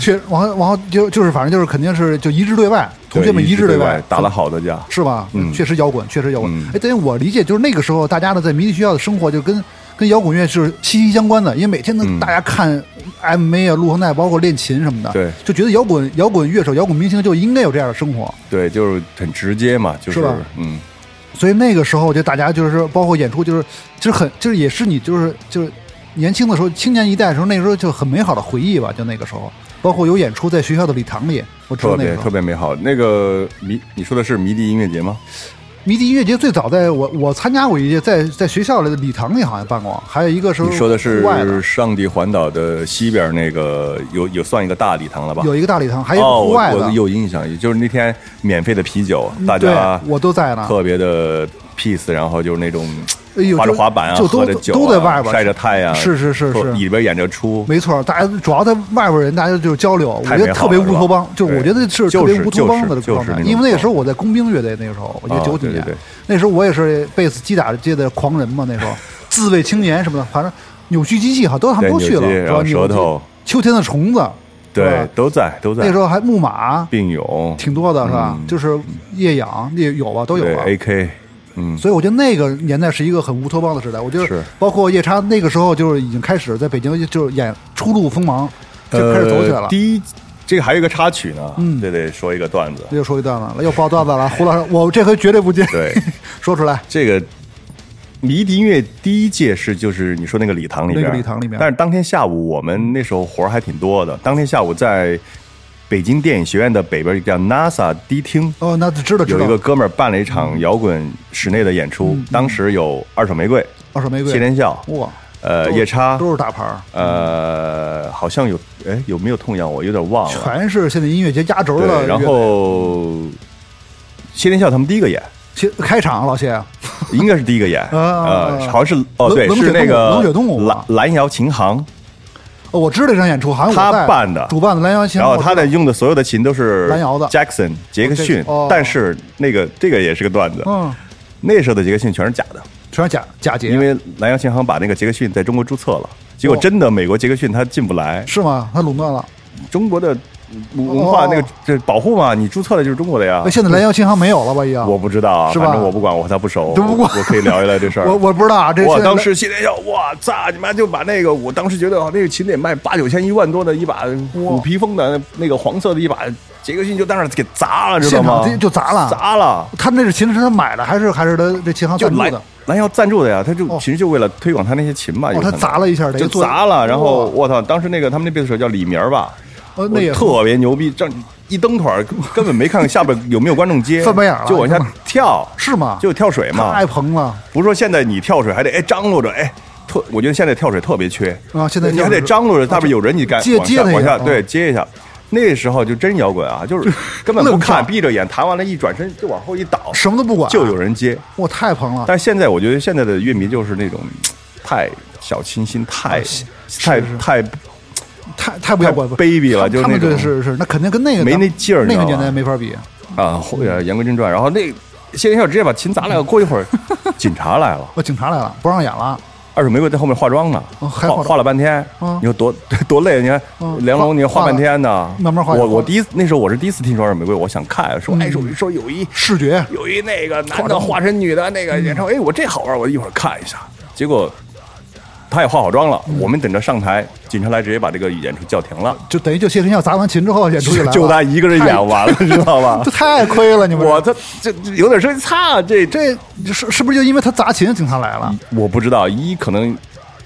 S1: 确然后然后就就是反正就是肯定是就一致对外，同学们
S2: 对
S1: 一致
S2: 对
S1: 外，
S2: 打了好多架。
S1: 是吧？
S2: 嗯
S1: 确实摇滚，确实摇滚
S2: 嗯。
S1: 哎，等于我理解，就是那个时候大家呢在迷笛学校的生活就跟跟摇滚乐是息息相关的，因为每天
S2: 嗯
S1: 呢、大家看 MV 啊、录像带，包括练琴什么的，
S2: 对
S1: 就觉得摇滚摇滚乐手、摇滚明星就应该有这样的生活。
S2: 对，就是很直接嘛，就是
S1: 吧
S2: 嗯，
S1: 所以那个时候就大家就是包括演出，就是就是很就是也是你就是就是年轻的时候，青年一代的时候，那时候就很美好的回忆吧，就那个时候，包括有演出在学校的礼堂里，我知道
S2: 特
S1: 那个
S2: 别
S1: 时
S2: 特
S1: 候。
S2: 别美好。那个迷，你说的是迷笛音乐节吗？
S1: 迷笛音乐节最早在我我参加过一届，在在学校里的礼堂里好像办过，还有一个是
S2: 你说的
S1: 户外的
S2: 是，上帝环岛的西边那个，有有算一个大礼堂了吧？
S1: 有一个大礼堂，还有一个
S2: 哦，
S1: 户
S2: 我
S1: 外的，
S2: 我有印象，也就是那天免费的啤酒，大
S1: 对
S2: 家，
S1: 我都在呢。
S2: 特别的 peace，然后就是那种
S1: 哎呦
S2: 滑着
S1: 就
S2: 滑板啊，
S1: 就都
S2: 喝着酒啊、
S1: 都在外边儿
S2: 晒着太阳，
S1: 是是是
S2: 或
S1: 是
S2: 里边演着出，
S1: 没错，大家主要在外边人，大家就是交流，我
S2: 太
S1: 觉
S2: 美
S1: 得特
S2: 好
S1: 别
S2: 了
S1: 乌托邦，
S2: 是
S1: 就
S2: 吧
S1: 我觉得是
S2: 对
S1: 特别乌托邦
S2: 就
S1: 的
S2: 是
S1: 状态
S2: 就，是
S1: 因为那个时候我在工兵乐队，那个时候我觉得九几年
S2: 啊对对对，
S1: 那时候我也是贝斯击打界的狂人嘛，那
S2: [LAUGHS]
S1: 时候自卫青年什么的，反正扭曲机器好像都他们
S2: 对
S1: 都去了，
S2: 扭机
S1: 是
S2: 然
S1: 吧？
S2: 后
S1: 扭
S2: 舌
S1: 曲
S2: 头，
S1: 秋天的虫子，是
S2: 对
S1: 吧，
S2: 都在都在。
S1: 那时候还木马
S2: 并泳
S1: 挺多的是吧？就是夜养也有啊吧，都有
S2: 对哎
S1: 吧。
S2: AK，嗯，
S1: 所以我觉得那个年代是一个很乌托邦的时代。我觉得
S2: 是
S1: 包括夜叉那个时候就是已经开始在北京就是演初露锋芒，就开始走起来了
S2: 呃。第一，这个还有一个插曲呢，
S1: 嗯
S2: 这得说一个段子。
S1: 这又说一段了，又爆段子了，胡老师，我这回绝对不接，
S2: 哎对，
S1: [LAUGHS] 说出来。
S2: 这个迷笛音乐第一届是就是你说那个礼堂里边，
S1: 那个礼堂里边
S2: 但是当天下午我们那时候活儿还挺多的，当天下午在北京电影学院的北边一个叫 NASA 迪厅。
S1: 哦，那知道知
S2: 有一
S1: 道
S2: 个，哥们儿办了一场摇滚室内的演出，当时有二手玫瑰、
S1: 二手玫瑰，
S2: 谢天笑，
S1: 哇，
S2: 呃，
S1: 都
S2: 夜叉，
S1: 都是大牌儿，
S2: 呃，好像有，哎，有没有痛痒？我有点忘了。
S1: 全是现在音乐节压轴的乐队。
S2: 对，然后谢天笑他们第一个演，
S1: 其开场老谢，
S2: 应该是第一个演，
S1: 啊
S2: 呃，好像是哦，
S1: 冷
S2: 对，
S1: 冷血
S2: 是那
S1: 动物
S2: 个
S1: 冷血动物啊
S2: 蓝
S1: 吧
S2: 蓝瑶琴行，
S1: 哦我知道这场演出，好像我在
S2: 他办的
S1: 主办的蓝洋琴，
S2: 然后他
S1: 的
S2: 的用的所有的琴都是
S1: 蓝瑶的
S2: Jackson 杰克逊
S1: 哦，
S2: 但是那个这个也是个段子，
S1: 嗯，
S2: 那时候的杰克逊全是假的，
S1: 全是假假节，
S2: 因为蓝瑶琴行把那个杰克逊在中国注册了，结果
S1: 哦
S2: 真的美国杰克逊他进不来，
S1: 是吗？他垄断了。
S2: 中国的文化那个
S1: 哦
S2: 这保护嘛，你注册的就是中国的呀
S1: 哎，。现在蓝洋琴行没有了吧？已经，
S2: 我不知道啊，
S1: 是
S2: 反
S1: 吧
S2: 正我不管，我和他不熟，
S1: 都不
S2: 我
S1: 管
S2: 我可以聊一聊这事
S1: [LAUGHS]
S2: 儿。
S1: 我我不知道啊，这
S2: 哇！
S1: 现在
S2: 当时谢天笑，哇操你妈就把那个，我当时觉得哇那个琴得卖八九千、一万多的一把虎皮风的那个黄色的一把杰克逊，就当时给砸了，知道吗
S1: 现场？就就砸了
S2: 砸了，
S1: 他那是琴是他买的，还是还是他这琴行
S2: 就
S1: 赞助
S2: 蓝
S1: 的？
S2: 蓝瑶赞助的呀，他就
S1: 哦
S2: 其实就为了推广他那些琴吧，
S1: 哦
S2: 有可能
S1: 他砸了一下等于
S2: 就
S1: 做
S2: 砸了，然后
S1: 哇
S2: 我操，当时那个他们那贝斯手叫李明儿吧，
S1: 哦，那
S2: 我
S1: 也
S2: 特别牛逼，这样一蹬腿儿根本没看下边有没有观众接，
S1: [LAUGHS] 翻白眼儿了
S2: 就往下跳，
S1: 是吗？
S2: 就跳水嘛
S1: 太，捧了。
S2: 不是说现在你跳水还得哎张罗着哎，特我觉得现在跳水特别缺
S1: 啊现在
S2: 你
S1: 跳
S2: 还
S1: 水
S2: 得张罗着，下边有人你敢
S1: 接
S2: 往
S1: 接
S2: 下
S1: 他一
S2: 往
S1: 下
S2: 下
S1: 啊
S2: 对接一下。那时候就真摇滚啊，就是根本不
S1: 愣
S2: 看，
S1: 上
S2: 闭着眼弹完了，一转身就往后一倒，
S1: 什么都不管，
S2: 就有人接。
S1: 我太捧了。
S2: 但是现在我觉得现在的乐迷就是那种太小清新，太太太
S1: 太太不
S2: 太
S1: 要管
S2: baby 了就是
S1: 他们
S2: 那
S1: 这
S2: 种
S1: 是是，那肯定跟那个
S2: 没
S1: 咱
S2: 那劲儿你
S1: 那
S2: 知
S1: 个
S2: 道吧
S1: 年代没法比。
S2: 啊，或者言归正传。然后那谢天笑直接把琴砸来了，过一会儿警察来了，
S1: 哦，警察来了，不让演了，
S2: 二手玫瑰在后面化妆呢，
S1: 哦还化
S2: 化
S1: 妆
S2: 化了半天
S1: 嗯，
S2: 你说多 [LAUGHS] 多累？你看
S1: 嗯
S2: 梁龙，你
S1: 化
S2: 化半天呢，
S1: 慢慢化嗯
S2: 我
S1: 化
S2: 我第一那时候我是第一次听说二手玫瑰，我想看，说哎说说有一
S1: 视觉
S2: 有一那个男的化身女的
S1: 嗯
S2: 那个演唱会，哎，我这好玩，我一会儿看一下。结果他也化好妆
S1: 嗯
S2: 了，我们等着上台，警察来直接把这个演出叫停了，
S1: 就等于就谢天笑砸完琴之后演出来了，
S2: 就 [LAUGHS] 他一个人演完了，知道吧
S1: [LAUGHS] 这？太亏了，你们
S2: 我他这这有点生气，擦这这
S1: 这这是是不是就因为他砸琴，警察来了？
S2: 我不知道，一可能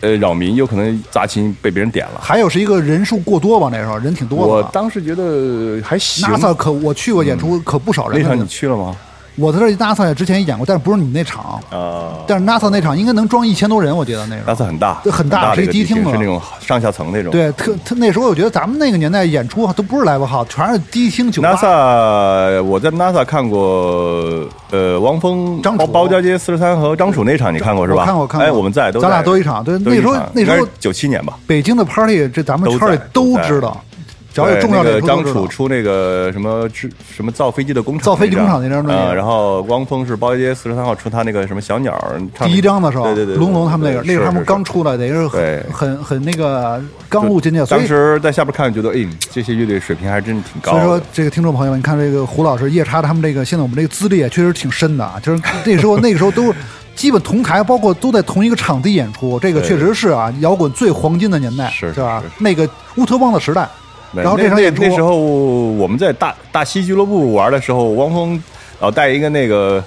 S2: 呃扰民，有可能砸琴被别人点了。
S1: 还有是一个人数过多吧，那时候人挺多
S2: 我
S1: 的吧。
S2: 当时觉得还行。嗯
S1: NASA 可我去过演出，可不少
S2: 那
S1: 人
S2: 场
S1: 了
S2: 你。去了吗？
S1: 我在这 NASA 之前也演过，但是不是你那场，
S2: 啊、
S1: 但是 NASA 那场应该能装一千多人，我记得那时候
S2: n a。s a 很大，
S1: 对很大
S2: 大的
S1: 是一
S2: 个
S1: 迪
S2: 地
S1: 厅
S2: 形
S1: 嘛
S2: 是那种上下层那种。
S1: 对，特特那时候我觉得咱们那个年代演出啊都不是 live house，全是迪厅酒吧。
S2: ，NASA 我在 NASA 看过，呃，汪峰、
S1: 张楚
S2: 包包家街四十三和张楚那场，你看过是吧？
S1: 我看过看过
S2: 哎，我们在都在，
S1: 咱俩都一场对那时候那时候
S2: 九七年吧。
S1: 北京的 party，这咱们圈里
S2: 都
S1: 都
S2: 在
S1: 知道，只要有
S2: 对
S1: 重要
S2: 那
S1: 演
S2: 个
S1: 出
S2: 张
S1: 都知
S2: 楚
S1: 道。
S2: 出那个什么制什么造飞机的工厂那张，
S1: 造飞机工厂那张专辑
S2: 啊然后汪峰是包家街四十三号出他那个什么小鸟儿唱
S1: 第一章的时候，
S2: 对对对，对
S1: 龙龙他们那个，那
S2: 对
S1: 时候他们
S2: 是
S1: 刚
S2: 是
S1: 出来，等于是很
S2: 对
S1: 很很那个刚入进去，哦所
S2: 当
S1: 以所
S2: 时在下边看，觉得哎，这些乐队水平还真挺高
S1: 以
S2: 的。
S1: 说这个听众朋友们，你看这个胡老师、夜叉他们这个，现在我们这个资历也确实挺深的啊，就是那
S2: [LAUGHS]
S1: 时候那个时候都基本同台，包括都在同一个场地演出，这个
S2: 对
S1: 确实是啊，摇滚最黄金的年代，
S2: 是
S1: 是吧
S2: 是？是
S1: 那个乌托邦的时代，
S2: 对
S1: 然后这
S2: 那
S1: 场
S2: 那
S1: 演出
S2: 那时候我们在大大西俱乐部玩的时候，汪峰老带一个那个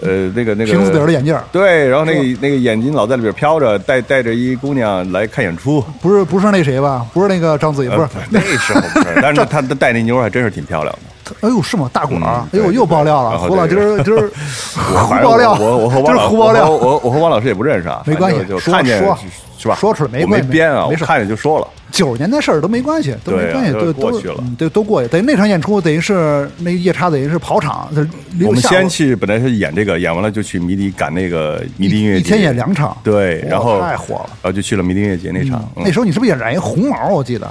S2: 呃，那个那个
S1: 平斯德尔的眼镜儿
S2: 对，然后那个
S1: 是
S2: 那个眼睛老在里边飘着，带带着一姑娘来看演
S1: [LAUGHS]
S2: 出，
S1: 不是不是那谁吧？不是那个章子怡，不是
S2: 呃那时候不是，但是他他带那妞儿还真是挺漂亮的。
S1: 哎呦，是吗？大管儿
S2: 嗯，
S1: 哎
S2: 对
S1: 呦，
S2: 对
S1: 又爆料
S2: 然
S1: 了，
S2: 后
S1: 胡老
S2: 这
S1: 今儿
S2: 个
S1: 今儿胡
S2: 反正
S1: 爆料，
S2: 我我和
S1: 今
S2: 汪
S1: 儿
S2: 老
S1: 胡爆料
S2: 我，我我和汪老师也不认识啊，
S1: 没
S2: 反
S1: 关
S2: 正
S1: 系
S2: 就就
S1: 说
S2: 看见
S1: 说
S2: 是吧？
S1: 说出来没
S2: 我没
S1: 关系
S2: 编啊，我
S1: 没事
S2: 看见就说了。
S1: 九十年代事儿都没关系，都没
S2: 对啊
S1: 关系，
S2: 都
S1: 都
S2: 过
S1: 都
S2: 去了
S1: 嗯对，都过去。等于那场演出，等于是那夜叉，等于是跑场，就是离
S2: 我们
S1: 下午
S2: 先去，本来是演这个，演完了就去迷笛赶那个迷笛音乐节，
S1: 一天演两场
S2: 对，
S1: 哇
S2: 然后
S1: 太火了
S2: 然后就去了迷笛音乐节那场。嗯
S1: 那时候你是不是也染一红毛？我记得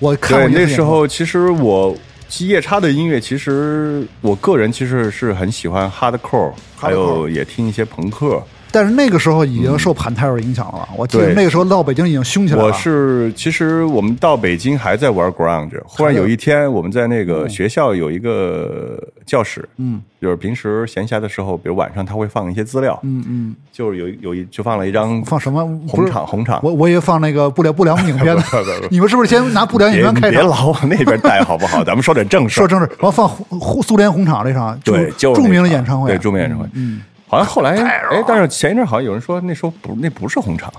S1: 我看
S2: 对
S1: 过你的
S2: 那
S1: 演出
S2: 时候，其实我夜叉的音乐，其实我个人其实是很喜欢 hardcore，还有也听一些朋克。
S1: 但是那个时候已经受盘泰尔影响了。我记得
S2: 对
S1: 那个时候到北京已经凶起 [LAUGHS] 来了。
S2: 我是其实我们到北京还在玩 grunge，忽然有一天我们在那
S1: 嗯
S2: 个学校有一个教室，嗯，就是平时闲暇的时候，比如晚上他会放一些资料，嗯嗯，就是有有一就放了一张
S1: 放什么不
S2: 红
S1: 是
S2: 场红场，
S1: 我我以为放那个不良不良影片呢
S2: 不不不，
S1: 你们是不是先拿不良影
S2: 别
S1: 片开
S2: 别
S1: 场？
S2: 老往那边带好不好？咱们说点正事
S1: 说
S2: 儿，
S1: 正事，然后放红红苏联红场这场，
S2: 对，
S1: 就
S2: 就是
S1: 著
S2: 那
S1: 名的
S2: 场
S1: 演唱会，啊
S2: 对，著名演唱会，嗯。好像后来，哎，但是前一阵好像有人说那时候不，那不是红场，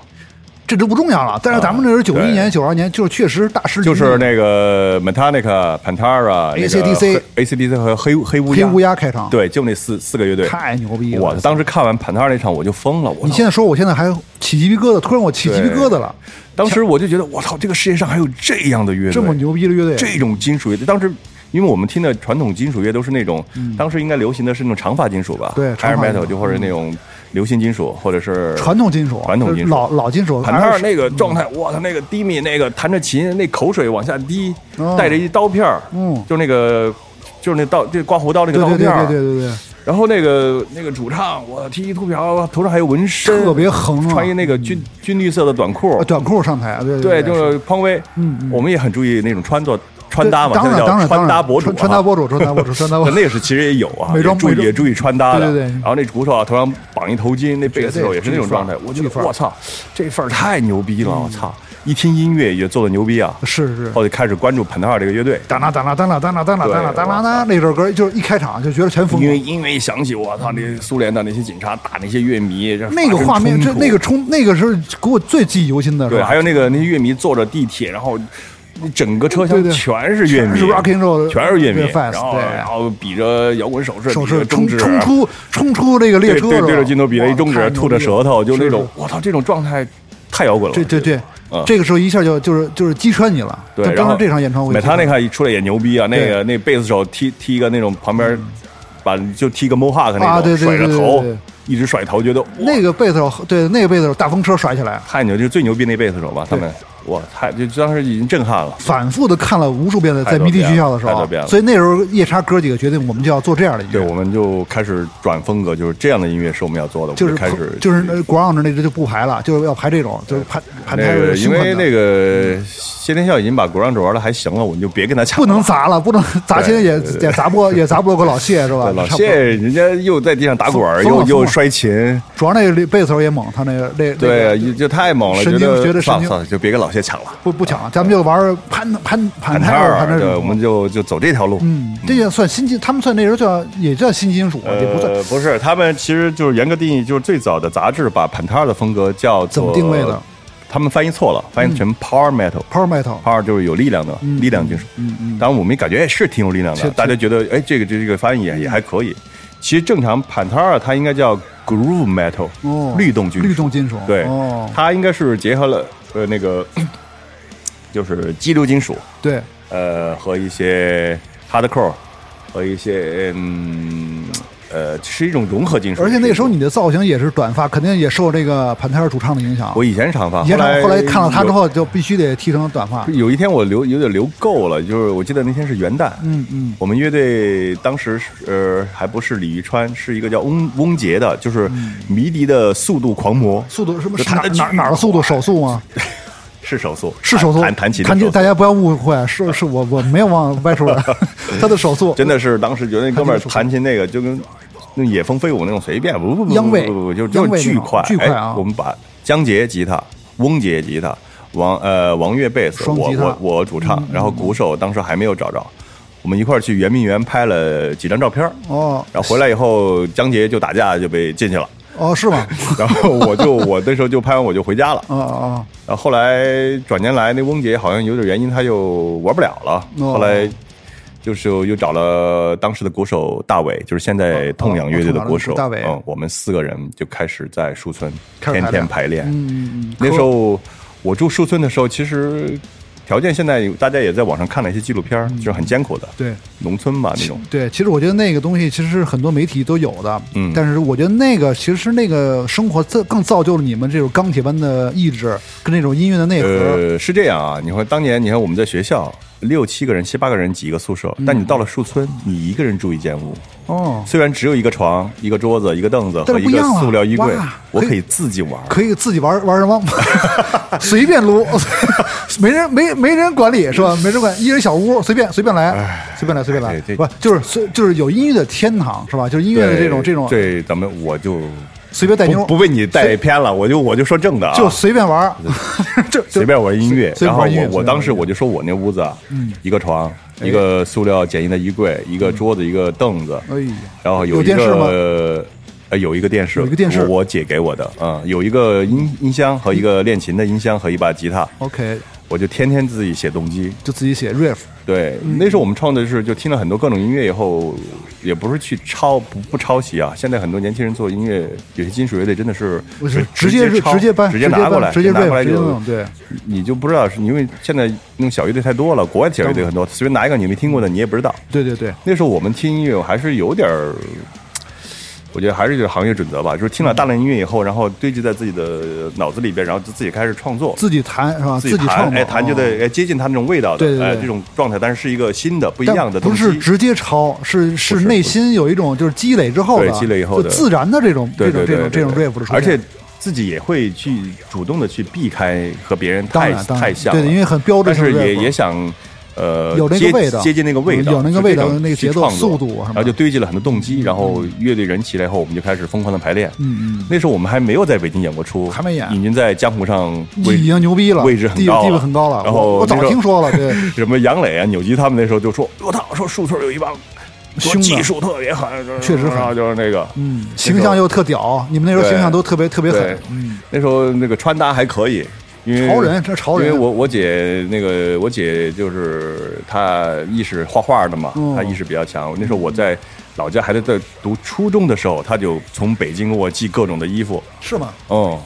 S1: 这都不重要了。但是咱们这是九一
S2: 对
S1: 年、九二年，就是确实大师
S2: 就是那个 Metallica、Pantera、
S1: AC/DC
S2: ACDC 和黑黑乌
S1: 黑乌鸦开场，，
S2: 对，就那四四个乐队，
S1: 啊太牛逼了
S2: 我当时看完盘塔那场，我就疯了。我
S1: 你现在说，我现在还起鸡皮疙瘩，突然我起鸡皮疙瘩了，
S2: 当时我就觉得，我操，这个世界上还有这样的乐队，
S1: 这么牛逼的乐队，
S2: 这种金属乐队。当时，因为我们听的传统金属乐都是那种，当时应该流行的是那种长发金属吧，
S1: 嗯对
S2: ，hair
S1: 长发金
S2: metal
S1: 属嗯
S2: 就或者那种流行金属，或者是
S1: 传统金属，
S2: 传统金属
S1: 老老金属，
S2: 盘
S1: 还
S2: 塔
S1: 是嗯
S2: 那个状态，我操，那个低迷，那个弹着琴，那口水往下滴，
S1: 嗯
S2: 带着一刀片儿，
S1: 嗯
S2: 就那个。就是那刀，这刮胡刀那个
S1: 对
S2: 刀
S1: 对对
S2: 片儿
S1: 对对对对，
S2: 然后那个那个主唱，我剃一秃瓢，头上还有纹身，
S1: 特别横啊
S2: 穿一那个军军绿色的短裤
S1: 啊，短裤上台，对
S2: 对，
S1: 对，
S2: 就是匡威。嗯，我们也很注意那种穿着穿搭嘛，
S1: 当
S2: 现
S1: 然
S2: 在
S1: 当
S2: 叫
S1: 然
S2: 穿搭
S1: 当然
S2: 博主啊，
S1: 穿穿搭博主，穿搭博主，穿搭博
S2: 那
S1: 主，
S2: 那个是其实也有啊，
S1: 美
S2: 也
S1: 妆
S2: 注
S1: 美
S2: 意
S1: 妆
S2: 也注意穿搭的。
S1: 对对对
S2: 然后那鼓手啊，头上绑一头巾，那贝斯手也是那种状态
S1: 绝。对
S2: 我觉
S1: 这一
S2: 得
S1: 范儿嗯
S2: 我操，这范儿太牛逼了！我操，一听音乐也做的牛逼啊。
S1: 是是。
S2: 后来开始关注彭德尔这个乐队，
S1: 哒啦哒啦哒啦哒啦哒啦哒啦哒啦哒，那首歌就是一开场就觉得全疯
S2: 因为
S1: 了。
S2: 因为一响起，我操，那苏联的那些警察打那些乐迷，这
S1: 那个
S2: 发生
S1: 画面，
S2: 冲
S1: 这
S2: 突
S1: 那个冲，那个是给我最记忆犹新的，是
S2: 对，
S1: 吧？
S2: 还有那个那些乐迷坐着地铁，然后整个车厢
S1: 对对
S2: 全是乐迷，
S1: 全是 rock and roll
S2: 全是乐迷，
S1: 对，fans，
S2: 然后
S1: 对
S2: 然后比着摇滚手势，
S1: 手
S2: 比着
S1: 势
S2: 中
S1: 冲
S2: 指，啊
S1: 冲出冲出这个列
S2: 对
S1: 车
S2: 对
S1: 是吧
S2: 对着镜头比了一中
S1: 哇
S2: 指，啊吐着舌头，就那种。我操，这种状态太摇滚了。
S1: 太牛逼了是是对对对
S2: 嗯，
S1: 这个时候一下就就是就是击穿你了。
S2: 对，然
S1: 当
S2: 后
S1: 时这场演唱会，
S2: 美他那一出来也牛逼啊，那个那贝斯手踢踢一个那种旁边把就踢个 mohawk 那种，
S1: 嗯啊对对
S2: 甩着
S1: 对对
S2: 头
S1: 对对，
S2: 一直甩头，觉得哇
S1: 那个贝斯手，对那个贝斯手大风车甩起来，
S2: 太牛，就是最牛逼那贝斯手吧，他们哇太就当时已经震撼了。
S1: 反复的看了无数遍的，在
S2: 太多
S1: 迷笛
S2: 遍
S1: 学
S2: 了
S1: 校的时
S2: 太
S1: 候
S2: 多遍，了
S1: 所以那时候夜叉哥几个决定，我们就要做这样的音
S2: 对，
S1: 乐，
S2: 我们就开始转风格，就是这样的音乐是我们要做的，
S1: 就
S2: 我
S1: 是
S2: 们开始
S1: 就是呃 ground 那支就不排了，就是要排这种，就是排排
S2: 那
S1: 太
S2: 个，因
S1: 凶
S2: 为
S1: 狠
S2: 那
S1: 的，
S2: 个谢天笑已经把国让主玩的还行了，我们就别跟他抢了。
S1: 不能砸了，不能砸，现在也
S2: 对对
S1: 也砸不
S2: [LAUGHS]
S1: 过也砸不过老谢是吧
S2: 对？老
S1: 差不多
S2: 谢，人家又在地上打滚儿，
S1: 疯
S2: 又
S1: 了疯
S2: 又
S1: 了
S2: 摔琴，
S1: 主要那个贝斯手也猛，他那个那那
S2: 对，
S1: 个
S2: 就就太猛了，
S1: 神
S2: 觉
S1: 经觉
S2: 得
S1: 得
S2: 算
S1: 神
S2: 了
S1: 经
S2: 算了，就别跟老谢抢了，
S1: 不不抢，咱们就玩盘盘
S2: 盘
S1: 盘
S2: 摊
S1: 泰尔盘
S2: 儿，
S1: 这
S2: 对，
S1: 种
S2: 我们就就走这条路。
S1: 嗯，这也算新金，他们算那时候叫也叫新金属，也不算
S2: 呃，不是，他们其实就是严格定义，就是最早的杂志把盘摊儿的风格叫做
S1: 怎么定位的？嗯
S2: 他们翻译错了，翻译成 power metal。
S1: power metal。
S2: 二就是有力量的，力量金属。嗯嗯，当然我们也感觉哎是挺有力量的，
S1: 是
S2: 大家觉得哎这个这这个翻译也也还可以。其实正常 Pantera 它应该叫 groove metal，
S1: 哦
S2: 律动金属。
S1: 律动金属，
S2: 对
S1: 哦，，
S2: 它应该是结合了呃那个 [COUGHS] 就是激流金属，
S1: 对，
S2: 呃和一些 hardcore 和一些嗯呃是一种融合金属。
S1: 而且那时候你的造型也是短发，肯定也受这个盘泰尔主唱的影响。
S2: 我以前长发，
S1: 以前后来看了他之
S2: 有。
S1: 后，就必须得剃成短发。
S2: 有一天我留有点留够了，就是我记得那天是元旦，
S1: 嗯嗯，
S2: 我们乐队当时是呃还不是李宇川，是一个叫翁翁杰的，就是迷笛的速度狂魔，
S1: 速度什么
S2: 就他
S1: 哪
S2: 的
S1: 哪
S2: 曲
S1: 哪儿的速度？手速吗？
S2: 是手速，
S1: 是手速。
S2: 弹弹琴的
S1: 弹
S2: 手
S1: 琴，
S2: 速
S1: 大。家不要误
S2: [LAUGHS]
S1: 会，是是我 [LAUGHS] 我没有往歪处来，他的手速
S2: 真的是当时觉得那哥们
S1: 弹
S2: 儿
S1: 琴的手速
S2: 弹琴那个就跟那野蜂飞舞那种随便，不不不
S1: 央
S2: 不
S1: 位
S2: 不不，就
S1: 央
S2: 就
S1: 位那
S2: 巨
S1: 种
S2: 快
S1: 巨快啊
S2: 哎我们把江杰吉他、翁杰吉他、王呃王岳贝斯，
S1: 双
S2: 我
S1: 吉他
S2: 我我主唱，然后鼓手当时还没有找着。我们一块儿去圆明园拍了几张照片儿，
S1: 哦
S2: 然后回来以后，江杰就打架就被进
S1: [LAUGHS]
S2: 去了，
S1: 哦，是吗？
S2: 然后我就我那时候就拍完我就回家了。
S1: 啊啊
S2: 然后后来转年来，那翁姐好像有点原因，她又玩不了了。
S1: 哦
S2: 后来就是又找了当时的鼓手大伟，就是现在痛仰乐队的鼓手、
S1: 哦哦痛仰的鼓大伟
S2: 嗯，我们四个人就开始在树村
S1: 开始排
S2: 天
S1: 练
S2: 天排练。
S1: 嗯嗯嗯，
S2: 那时候我住树村的时候，其实条件现在大家也在网上看了一些纪录片儿，就是很艰苦的，
S1: 嗯对
S2: 农村嘛那种。
S1: 对，其实我觉得那个东西其实是很多媒体都有的，
S2: 嗯
S1: 但是我觉得那个其实那个生活造更造就了你们这种钢铁般的意志跟那种音乐的内核。 [LAUGHS]
S2: 呃，是这样啊，你看当年，你看我们在学校六七个人、七八个人挤一个宿
S1: 嗯
S2: 舍，但你到了树村，你一个人住一间屋，
S1: 哦，
S2: 虽然只有一个床、一个桌子、一个凳子
S1: 但
S2: 和
S1: 是不
S2: 一
S1: 一
S2: 个
S1: 样啊
S2: 塑料衣柜
S1: 哇，
S2: 我
S1: 可以
S2: 可以自己玩。
S1: 可以自己玩玩什么， [LAUGHS] 随便撸，没人没没人管理是吧？没人管，一人小屋，随便随便来，随便来随便来
S2: 哎，这
S1: 不就是随就是有音乐的天堂是吧？就是音乐的这种这种哎
S2: 对，咱们我就
S1: 随便带妞
S2: 不，不被你带偏了，我就我就说正的啊，
S1: 就随便玩， [LAUGHS] 就就
S2: 随便玩音乐。
S1: 随便
S2: 然后
S1: 玩音乐
S2: 我
S1: 随便
S2: 我
S1: 玩
S2: 当时
S1: 音乐嗯
S2: 我就说我那屋子啊，一个床，一个塑料简易的衣柜，一个桌子，一个凳子，
S1: 哎呀
S2: 然后有
S1: 有
S2: 一
S1: 电视吗
S2: 个。呃，有一个电视，
S1: 有一个电视
S2: 我我姐给我的，嗯，有一个音音箱和一个练琴的音箱和一把吉他，
S1: ，OK，
S2: 我就天天自己写动机，
S1: 就自己写 riff，
S2: 对，
S1: 嗯
S2: 那时候我们创的是就听了很多各种音乐以后，也不是去抄不不抄袭啊。现在很多年轻人做音乐，有些金属乐队真的是
S1: 不是直
S2: 直
S1: 接
S2: 抄
S1: 直接搬
S2: 直接拿过来，
S1: 直接搬
S2: 拿过来
S1: 直接
S2: 就
S1: 弄对，
S2: 你就不知道是因为现在那种小乐队太多了，国外的小乐队很多，随便拿一个你没听过的你也不知道。
S1: 对对对，
S2: 那时候我们听音乐还是有点儿，我觉得还是就是行业准则吧，就是听了大量音乐以后，然后堆积在自己的脑子里边，然后就自己开始创作，
S1: 自己弹是吧？
S2: 自
S1: 自己
S2: 弹，
S1: 创作，
S2: 哎，弹就
S1: 哦
S2: 得哎接近他那种味道的，
S1: 对对对
S2: 哎，这种状态，但是是一个新的、不一
S1: 但
S2: 样的东
S1: 不
S2: 西。
S1: 是直接抄，是
S2: 不
S1: 是
S2: 是
S1: 内心有一种就是积累之后的，
S2: 对积累以后的
S1: 就自然的这种
S2: 对
S1: 这种这
S2: 对对对
S1: 种这种
S2: 对
S1: rap 的出现，
S2: 而且自己也会去主动的去避开和别人
S1: 当
S2: 太
S1: 然当然
S2: 太像了，
S1: 对，因为很标
S2: 但
S1: 准性
S2: 是
S1: 的 rap，
S2: 也也想。呃，
S1: 啊有那个
S2: 接
S1: 味道
S2: 接近那个味道，
S1: 有那个
S2: 就
S1: 味
S2: 这
S1: 道
S2: 种
S1: 那个节
S2: 去
S1: 奏
S2: 创作
S1: 速度啊什么的
S2: 然后就堆积了很多动机，然后乐队人齐了以后，我们就开始疯狂的排练。
S1: 嗯嗯，
S2: 那时候我们还没有在北京演过出，
S1: 还没演
S2: 已经在江湖上位
S1: 嗯已经牛逼了，
S2: 位置很
S1: 地
S2: 高了
S1: 地位很高了。
S2: 然后
S1: 我我早
S2: 那时候
S1: 听说了，对，
S2: 什么杨磊啊、扭机他们那时候就说：“我操，说树村有一帮说
S1: 凶的
S2: 技术特别狠，
S1: 确实狠
S2: 然后就是那个，
S1: 嗯，形象又特屌，你们那时候
S2: 对
S1: 形象都特别特别
S2: 对
S1: 狠，嗯，
S2: 那时候那个穿搭还可以，因为
S1: 潮人这潮人
S2: 因为我我姐那个我姐就是她意识画画的嘛，
S1: 嗯
S2: 她意识比较强。那时候我在老家还在在读初中的时候，她就从北京给我寄各种的衣服，
S1: 是吗？
S2: 嗯，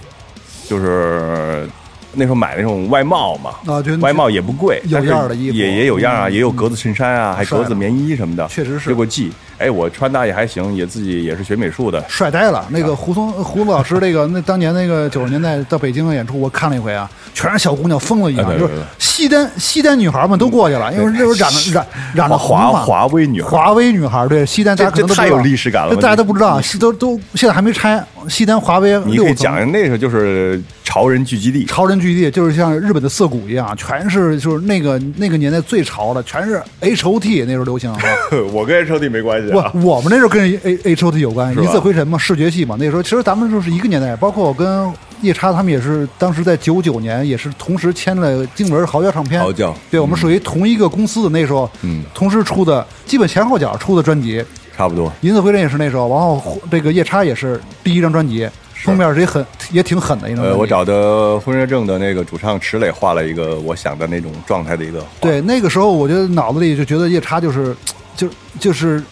S2: 就是。那时候买那种外贸嘛，
S1: 啊就
S2: 外贸也不贵，
S1: 有样儿的衣服
S2: 但是也也有样儿啊，
S1: 嗯
S2: 也有格子衬衫啊，还
S1: 帅
S2: 格子
S1: 了
S2: 棉衣什么的，
S1: 确实是
S2: 就给我寄。哎，我穿搭也还行，也自己也是学美术的，
S1: 帅呆了！
S2: 啊
S1: 那个胡松呃胡老师，那个那当年那个九十年代到北京的演出，我看了一回啊，全是小姑娘疯了一样，
S2: 哎对
S1: 就
S2: 对
S1: 是
S2: 对嗯
S1: 西单西单女孩们都过去了，因为那时候染的染染的红
S2: 华
S1: 嘛
S2: 华威女孩
S1: 华威女孩，对西单大家
S2: 这
S1: 可能都不
S2: 这
S1: 知道
S2: 太有历史感了
S1: 这大家都不知道，西都都现在还没拆，西单华威
S2: 你
S1: 六
S2: 可以
S1: 层
S2: 讲那时候就是潮人聚集地，
S1: 潮人聚集地，就是像日本的涩谷一样，全是就是那个那个年代最潮的，全是 H O T 那时候流行啊。
S2: [LAUGHS] 我跟 H O T 没关系
S1: 我
S2: 啊。
S1: 我们那时候跟 A H O T 有关，
S2: 吧
S1: 一色回尘嘛，视觉系嘛。那时候其实咱们就是一个年代，包括我跟夜叉他们也是，当时在九九年也是同时签了经文豪叫唱片，
S2: 豪叫
S1: 对我们属于同一个公司的那时候，
S2: 嗯
S1: 同时出的，基本前后脚出的专辑，
S2: 差不多。
S1: 银色回尘也是那时候，然后这个夜叉也是第一张专辑，封面也很也挺狠的一张专辑。
S2: 呃，我找的婚约证的那个主唱池磊画了一个我想的那种状态的一个画。
S1: 对，那个时候我觉得脑子里就觉得夜叉就是，就就是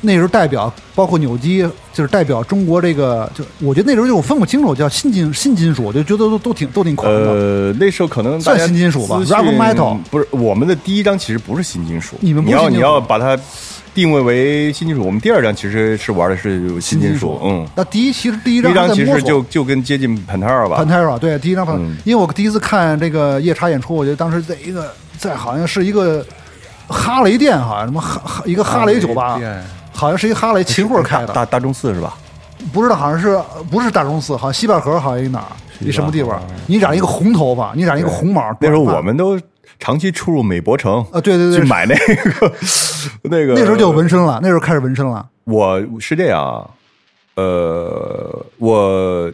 S1: 那时候代表，包括扭机，就是代表中国这个，就我觉得那时候就我分不清楚叫新金新金属，我就觉得都都挺都挺狂的。
S2: 呃，那时候可能大家
S1: 算新金属吧
S2: 资讯
S1: Rock Metal
S2: 不是我们的第一张，其实不是新金属。
S1: 你们不是
S2: 要
S1: 新
S2: 你
S1: 金属
S2: 要把它定位为新金属，我们第二张其实是玩的是新金属，嗯，
S1: 那第一其实第一张
S2: 第一张
S1: 还在
S2: 其
S1: 摸
S2: 实
S1: 索
S2: 就就跟接近 Pantera 吧。
S1: Pantera 对第一张 Pantera，、
S2: 嗯
S1: 因为我第一次看这个夜叉演出，我觉得当时在一个在好像是一个哈雷店，好像什么哈哈一个哈雷酒吧
S2: 哈雷店，
S1: 好像是一个哈雷秦桧开
S2: 大
S1: 的，
S2: 大大众四是吧？
S1: 不知道，好像是呃不是大钟寺，好像西坝河，好像一哪儿，一什么地方？你染一个红头发，你染一个红毛。
S2: 那时候
S1: 短发
S2: 我们都长期出入美博城
S1: 啊对对对
S2: 去买那个那个。
S1: 那时候就有纹身了，那时候开始纹身了。
S2: 我是这样啊，呃，我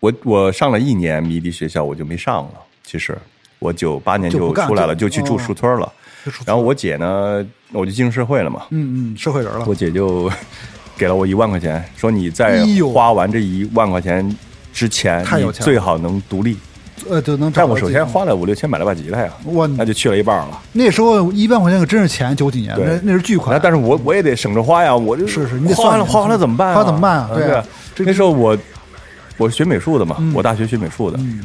S2: 我我上了一年迷笛学校，我就没上了。其实我九八年
S1: 就不干
S2: 出来了，
S1: 就
S2: 就去住
S1: 哦
S2: 树村了。然后我姐呢，我就进入社会了嘛，
S1: 嗯嗯，社会人了
S2: 我，姐就给了我一万块钱，说你在
S1: 哎呦
S2: 花完这一万块钱之前，
S1: 太有
S2: 你
S1: 钱了
S2: 最好能独立。
S1: 呃，就能找
S2: 但
S1: 到
S2: 我
S1: 自己
S2: 首先花了五六千买了把吉他呀，
S1: 哇你
S2: 那就去了一半了。
S1: 那时候一万块钱可真是钱，九几年
S2: 对
S1: 那那是巨
S2: 那
S1: 款，
S2: 但是我我也得省着花呀，我这
S1: 是是你得
S2: 花
S1: 算
S2: 了
S1: 着
S2: 花完了怎么办、啊？
S1: 花怎么办啊对啊嗯这
S2: 那时候我我学美术的嘛，我大学学美术的，
S1: 嗯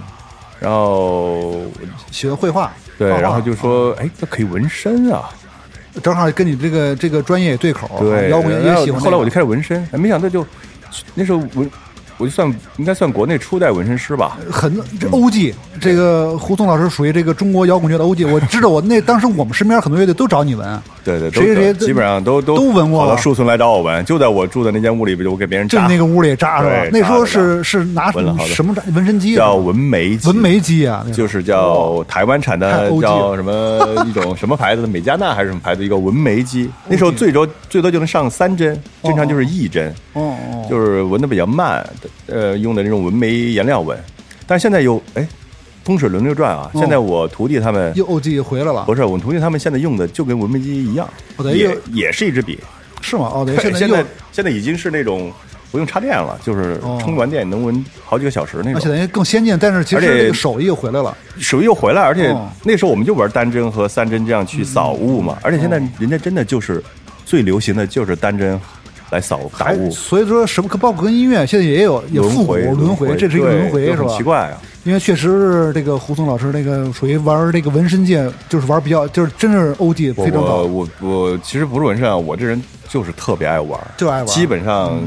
S2: 然后
S1: 学绘画，
S2: 对，
S1: 画画
S2: 然后就说，哎，这可以纹身啊，
S1: 正好跟你这个这个专业也对口，啊
S2: 对，
S1: 摇滚
S2: 然
S1: 哦也
S2: 后
S1: 喜欢那个。
S2: 后来我就开始纹身，哎没想到就那时候纹，我就算应该算国内初代纹身师吧，
S1: 很
S2: 嗯
S1: 这 OG，这个胡松老师属于这个中国摇滚乐的 OG。我知道我那当时我们身边很多乐队都找你纹，
S2: 对对，
S1: 谁谁
S2: 都基本上都都
S1: 都纹过
S2: 跑到
S1: 了
S2: 树村来找我纹，就在我住的那间屋里，不就我给别人
S1: 就
S2: 扎
S1: 那个屋里扎是吧
S2: 对？
S1: 那时候
S2: 扎
S1: 是是拿
S2: 纹了好多
S1: 什么扎纹身机啊？
S2: 叫纹眉，
S1: 纹眉机啊，那种
S2: 就是叫台湾产
S1: 太
S2: 的
S1: 欧，啊气
S2: 叫
S1: 了
S2: 什么一种什么牌子的，美加纳还是什么牌子一个纹
S1: [LAUGHS]
S2: 眉机。那时候最多最多就能上三针，正常就是一针，
S1: 哦哦，
S2: 就是纹的比较慢，呃，用的那种纹眉颜料纹。但是现在有哎，风水轮流转啊！
S1: 哦
S2: 现在我徒弟他们
S1: 又 OG 回来了
S2: 不，是我徒弟他们现在用的就跟纹眉机一样，
S1: 哦对
S2: 也
S1: 又
S2: 也是一支笔。
S1: 是吗？哦，对，现
S2: 现在
S1: 在
S2: 现
S1: 又
S2: 在现在已经是那种不用插电了，就是
S1: 哦
S2: 充完电能纹好几个小时那
S1: 而且
S2: 种。
S1: 等于更先进，但是其
S2: 而
S1: 实
S2: 且
S1: 这个手艺又回来了，
S2: 手艺又回来，而且
S1: 哦嗯
S2: 那时候我们就玩单针和三针这样去扫雾嘛，而且现在
S1: 哦
S2: 人家真的就是最流行的就是单针来扫打
S1: 哎
S2: 雾，
S1: 所以说什么包括跟音乐现在也有也复
S2: 轮
S1: 古
S2: 回
S1: 轮回，这是一个
S2: 对
S1: 轮回
S2: 就是很
S1: 吧？
S2: 奇怪啊，
S1: 因为确实是这个胡松老师那个属于玩这个纹身界，就是玩比较就是真是 OG
S2: 我
S1: 非常
S2: 我
S1: 早，
S2: 我我其实不是纹身啊，我这人就是特别爱玩，
S1: 就爱玩嗯
S2: 基本上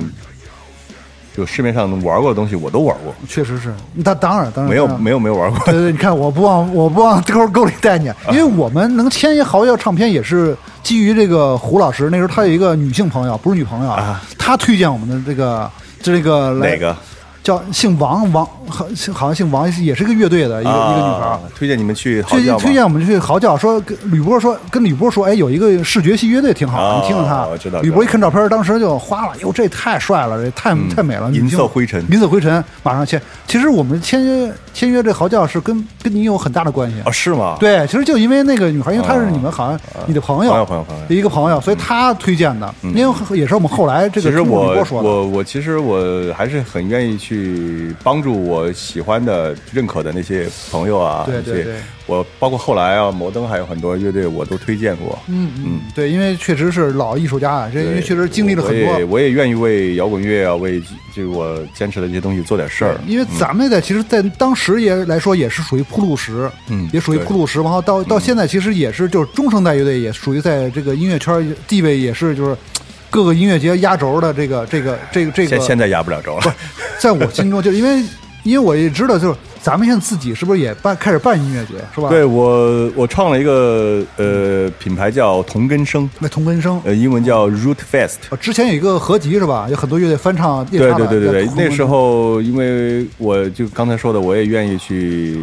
S2: 就市面上玩过的东西我都玩过，
S1: 确实是。那当然当然
S2: 没有
S1: 当然
S2: 没有没有玩过，
S1: 对对，你看，我不往我不往沟沟里带你，因为我们能签一豪耀唱片，也是基于这个胡老师那时候他有一个女性朋友，不是女朋友
S2: 啊，
S1: 他推荐我们的这个这个来
S2: [LAUGHS] 哪个？
S1: 叫姓王王，好好像姓王，也是个乐队的一个、一个女孩儿
S2: 啊。，推荐你们去好
S1: 最近
S2: 叫
S1: 推
S2: 吗？
S1: 荐我们去嚎叫，说跟吕波说跟吕波说，哎，有一个视觉系乐队挺好的，
S2: 哦
S1: 你听听他。
S2: 我知道
S1: 吕波一看照片，当时就花了，哟，这太帅了，这太、太美了。
S2: 嗯银色
S1: 女性
S2: 灰尘
S1: 银色灰尘，马上签。其实我们签约签约这嚎叫是跟跟你有很大的关系。
S2: 啊，是吗？哦
S1: 对，其实就因为那个女孩，因为她是你们好像你的朋友，
S2: 朋友朋友朋友
S1: 一个朋友，所以她推荐的，因为也是我们后来这个
S2: 其实
S1: 听吕
S2: 我
S1: 波说的。
S2: 我我其实我还是很愿意去帮助我喜欢的、认可的那些朋友啊，
S1: 对对
S2: 那些
S1: 对
S2: 我包括后来啊，摩登还有很多乐队我都推荐过，嗯，
S1: 嗯，对，因为确实是老艺术家啊，这因为确实经历了很
S2: 我
S1: 多
S2: 也。我也愿意为摇滚乐啊，为这个我坚持的这些东西做点事儿，嗯
S1: 因为咱们在其实，在当时也来说也是属于铺路石，
S2: 嗯
S1: 也属于铺路石。然后到到现在，其实也是就是中生代乐队，也属于在这个音乐圈地位也是就是各个音乐节压轴的这个这个这个这
S2: 现现
S1: 个。
S2: 在压不了轴了，
S1: 在我心中，就是因为因为我也知道，就是咱们现在自己是不是也办开始办音乐节是吧？
S2: 对，我我创了一个呃品牌叫同根生，
S1: 那同根生，
S2: 呃，英文叫 Root Fest。
S1: 呃之前有一个合集是吧？有很多乐队翻唱夜
S2: 对
S1: 叉
S2: 对
S1: 的
S2: 对对对
S1: 同，根
S2: 那
S1: 生
S2: 时候因为我就刚才说的，我也愿意去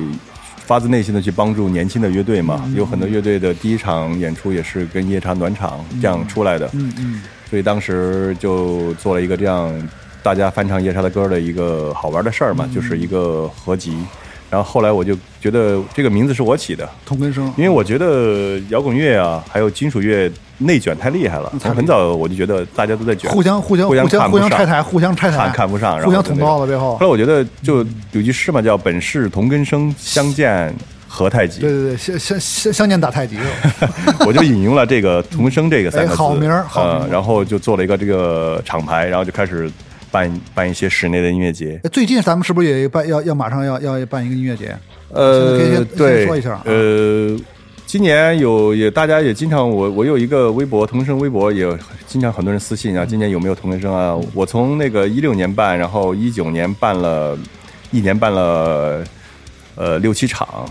S2: 发自内心的去帮助年轻的乐队嘛，
S1: 嗯
S2: 有很多乐队的第一场演出也是跟夜叉暖场这样出来的，
S1: 嗯嗯，
S2: 所以当时就做了一个这样大家翻唱夜叉的歌的一个好玩的事儿嘛，
S1: 嗯
S2: 就是一个合集。然后后来我就觉得这个名字是我起的，
S1: 同根生，
S2: 因为我觉得摇滚乐啊，还有金属乐内卷太厉害了，从很早我就觉得大家都在卷，
S1: 互相互相
S2: 互相
S1: 相
S2: 看
S1: 互
S2: 不
S1: 相
S2: 上
S1: 拆台，互相拆台，
S2: 看看不上，
S1: 哎
S2: 然后
S1: 互相
S2: 就
S1: 捅
S2: 那个
S1: 刀了，最后
S2: 后来我觉得就有句诗嘛，叫“本是同根生，相见何太急
S1: 对对对，相相相相见打太极，”，
S2: [LAUGHS] 我就引用了这个“同根生”这个三个字，
S1: 哎好名儿好名儿
S2: 呃，然后就做了一个这个厂牌，然后就开始办办一些室内的音乐节。
S1: 哎最近咱们是不是也办要要马上要要办一个音乐节？
S2: 呃
S1: 可以先，
S2: 对
S1: 先说一下啊，
S2: 呃，今年有也大家也经常我我有一个微博同声微博，也经常很多人私信
S1: 嗯
S2: 啊，今年有没有同根生啊？我从那个一六年办，然后一九年办了，一年办了呃六七场。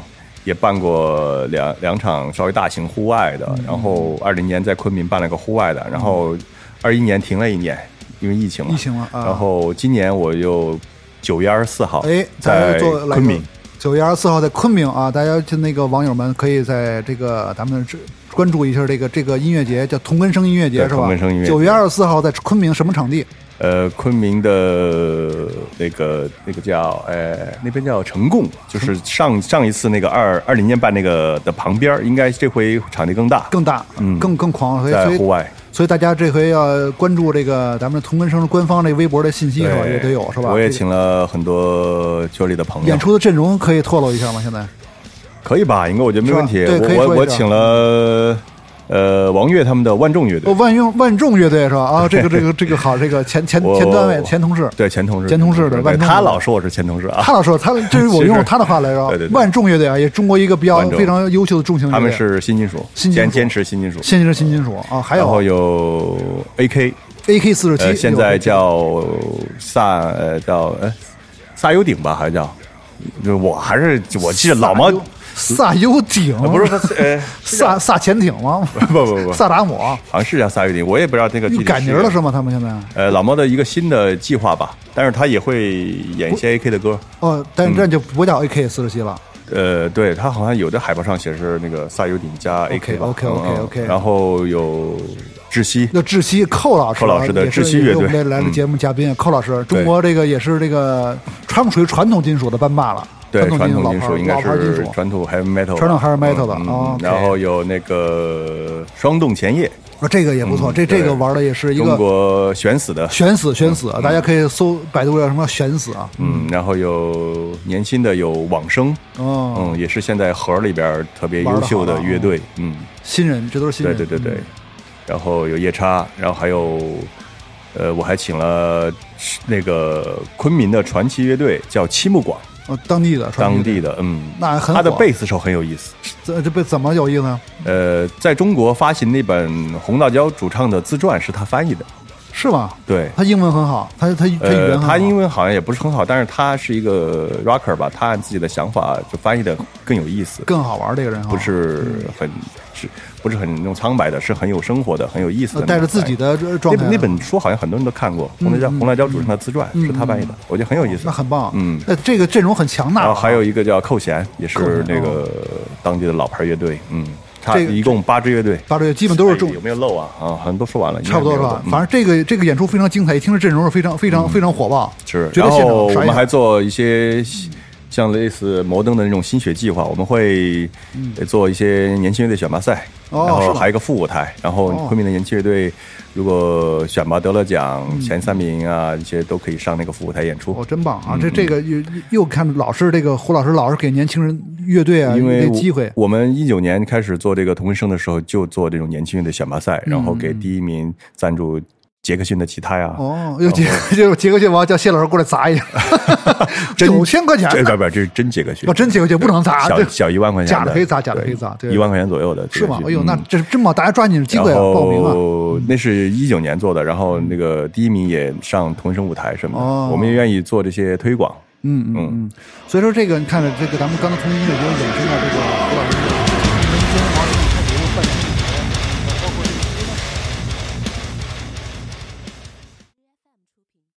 S2: 也办过两两场稍微大型户外的，
S1: 嗯
S2: 然后二零年在昆明办了个户外的，然后二一年停了一年，因为疫情嘛。
S1: 疫情了啊
S2: 然后今年我又九月二十四号
S1: 哎，咱
S2: 在
S1: 们做来个
S2: 昆明，
S1: 九月二十四号在昆明啊，大家就那个网友们可以在这个咱们这关注一下这个这个音乐节，叫同根生音乐节
S2: 对
S1: 是吧？
S2: 同根生音乐节
S1: 九月二十四号在昆明什么场地？
S2: 呃，昆明的那个那个叫呃，那边叫呈贡，就是上上一次那个二二零年办那个的旁边儿，应该这回场地更大，
S1: 更大，
S2: 嗯
S1: 更更狂，所以
S2: 在
S1: 所以
S2: 户外
S1: 所以大家这回要关注这个咱们同根生官方这微博的信息是吧？
S2: 对
S1: 也得有是吧？
S2: 我也
S1: 这个
S2: 请了很多圈里的朋友，
S1: 演出的阵容可以透露一下吗？现在
S2: 可以吧？应该我觉得没问题。
S1: 是吧对可以
S2: 我
S1: 说
S2: 我
S1: 一
S2: 我
S1: 下
S2: 请了呃王乐他们的万众乐队
S1: 哦，，万用万众乐队是吧？啊，这个这个这个好，这个前前
S2: 我
S1: 前单位前同事，
S2: 对前同事
S1: 前同事的
S2: 对
S1: 万众
S2: 他
S1: 乐队
S2: 老说我是前同事啊，
S1: 他老说
S2: [LAUGHS]
S1: 他这是我
S2: 其
S1: 用
S2: 实
S1: 他的话来说
S2: 对对，对
S1: 万众乐队啊，也中国一个比较
S2: 万众
S1: 非常优秀的重型乐队，
S2: 他们是新金属，
S1: 新金属
S2: 坚坚持新金属，
S1: 现在是新金属啊，还
S2: 然后
S1: 有
S2: 有 AK，
S1: AK 四十
S2: 呃，
S1: 七，
S2: 现在叫萨呃叫呃萨优顶吧，好像叫，就我还是我记得老毛
S1: 萨优萨优艇，
S2: 呃不
S1: [LAUGHS]
S2: 是他呃
S1: 萨萨潜艇吗？
S2: 不不不，
S1: 萨达
S2: [LAUGHS]
S1: 姆
S2: 好像是叫萨优顶，我也不知道那个具体
S1: 赶
S2: 是
S1: 明儿了是吗？他们现在
S2: 呃，老猫的一个新的计划吧，但是他也会演一些 AK 的歌。
S1: 哦，但
S2: 嗯
S1: 是这就不叫 AK 四十七了，
S2: 呃，对他好像有的海报上写是那个萨优顶加 AK 吧
S1: OK，OK，OK，OK
S2: 嗯然后有窒息，
S1: 那窒息寇老师啊，
S2: 寇老师的
S1: 也是
S2: 窒息
S1: 也
S2: 乐队
S1: 是我们这来的
S2: 嗯
S1: 节目嘉宾，啊寇老师，中国这个也是这个川普属于传统金属的班霸了，
S2: 对
S1: 传
S2: 传
S1: 统
S2: 统
S1: 金
S2: 金
S1: 属
S2: 属应
S1: 老
S2: 该
S1: 牌老牌金
S2: 是
S1: 属，
S2: 传统 heavy metal，吧
S1: 传统 heavy metal 的
S2: 嗯嗯
S1: 哦，OK
S2: 然后有那个双动前夜，
S1: 啊这个也不错，这这个
S2: 嗯对
S1: 玩的也是一
S2: 中
S1: 个
S2: 国嗯悬死的，
S1: 悬死悬死，啊大家可以搜百度叫什么悬死啊，
S2: 嗯，然后有年轻的有往生，
S1: 哦，
S2: 嗯，也是现在盒里边特别优秀的乐队，嗯，
S1: 新人，这都是新
S2: 对
S1: 人，
S2: 对对对
S1: 嗯，，
S2: 然后有夜叉，然后还有，呃，我还请了那个昆明的传奇乐队叫七木广，
S1: 哦，当地的传
S2: 当
S1: 奇
S2: 地的，嗯，
S1: 那很火
S2: 他的贝斯手很有意思，
S1: 这这被怎么有意思啊？
S2: 呃，在中国发行那本红辣椒主唱的自传是他翻译的，
S1: 是吗？
S2: 对。
S1: 他英文很好，他他他语
S2: 呃，
S1: 言很好，
S2: 他英文好像也不是很好，但是他是一个 rocker 吧，他按自己的想法就翻译的更有意思，
S1: 更好玩这个人哈，
S2: 不是很是不是很那种苍白的，是很有生活的，很有意
S1: 呃
S2: 思的那种翻
S1: 带
S2: 译，
S1: 着自己的状
S2: 那
S1: 态
S2: 本那本书好像很多人都看过，《红辣椒红辣椒主唱的自传》是他翻译的，我觉得很有意思
S1: 嗯那。很棒，
S2: 嗯
S1: 那这个阵容很强大
S2: 然
S1: 啊，
S2: 后还有一个叫寇贤，也
S1: 寇贤
S2: 是
S1: 哦
S2: 那个当地的老牌乐队，嗯，他
S1: 这个
S2: 一共八支乐队，
S1: 八六基本都是重
S2: 哎有没有漏啊？啊，好像都说完了，应该
S1: 差不多
S2: 没
S1: 是
S2: 有漏
S1: 吧？
S2: 嗯
S1: 反正这个这个演出非常精彩，一听这阵容是非常非常非常火爆，
S2: 是，
S1: 觉
S2: 然
S1: 得现场
S2: 后我
S1: 啥
S2: 们还
S1: 也
S2: 做一些像类似摩登的那种新血计划，我们会呃做一些年轻乐队选拔赛，
S1: 嗯哦
S2: 然
S1: 是
S2: 后
S1: 吗
S2: 还有一个副舞台，然后
S1: 哦
S2: 昆明的年轻乐队如果选拔得了奖前三名啊，一些都可以上那个副舞台演
S1: 嗯哦，
S2: 出。
S1: 真棒
S2: 嗯
S1: 啊！这这个又又看老师这个胡老师老是给年轻人乐队啊
S2: 因为
S1: 这
S2: 我
S1: 机会，
S2: 我们一九年开始做这个同根生的时候，就做这种年轻乐队选拔赛，
S1: 嗯
S2: 然后给第一名赞助杰克逊的吉他呀，
S1: 哦，又杰 [LAUGHS] 就是杰克逊王叫谢老师过来砸一下，
S2: [LAUGHS] 真
S1: 九千块钱，
S2: 这不不，这是真杰克逊
S1: 我，真杰克逊不能砸，
S2: 小
S1: 这
S2: 小一万块钱，
S1: 哦假的可以砸，假的可以砸，对
S2: 一万块钱左右的杰
S1: 是
S2: 克
S1: 吗？
S2: 逊
S1: 哎呦，
S2: 嗯
S1: 那这是真棒，大家抓紧机
S2: 然
S1: 会啊，
S2: 后
S1: 报名啊！
S2: 那是一九年做的，然后那个第一名也上同声舞台什么的，
S1: 哦
S2: 我们也愿意做这些推广。
S1: 嗯嗯嗯，所以说这个你看，这个咱们刚才从音乐节引申到这个胡老师。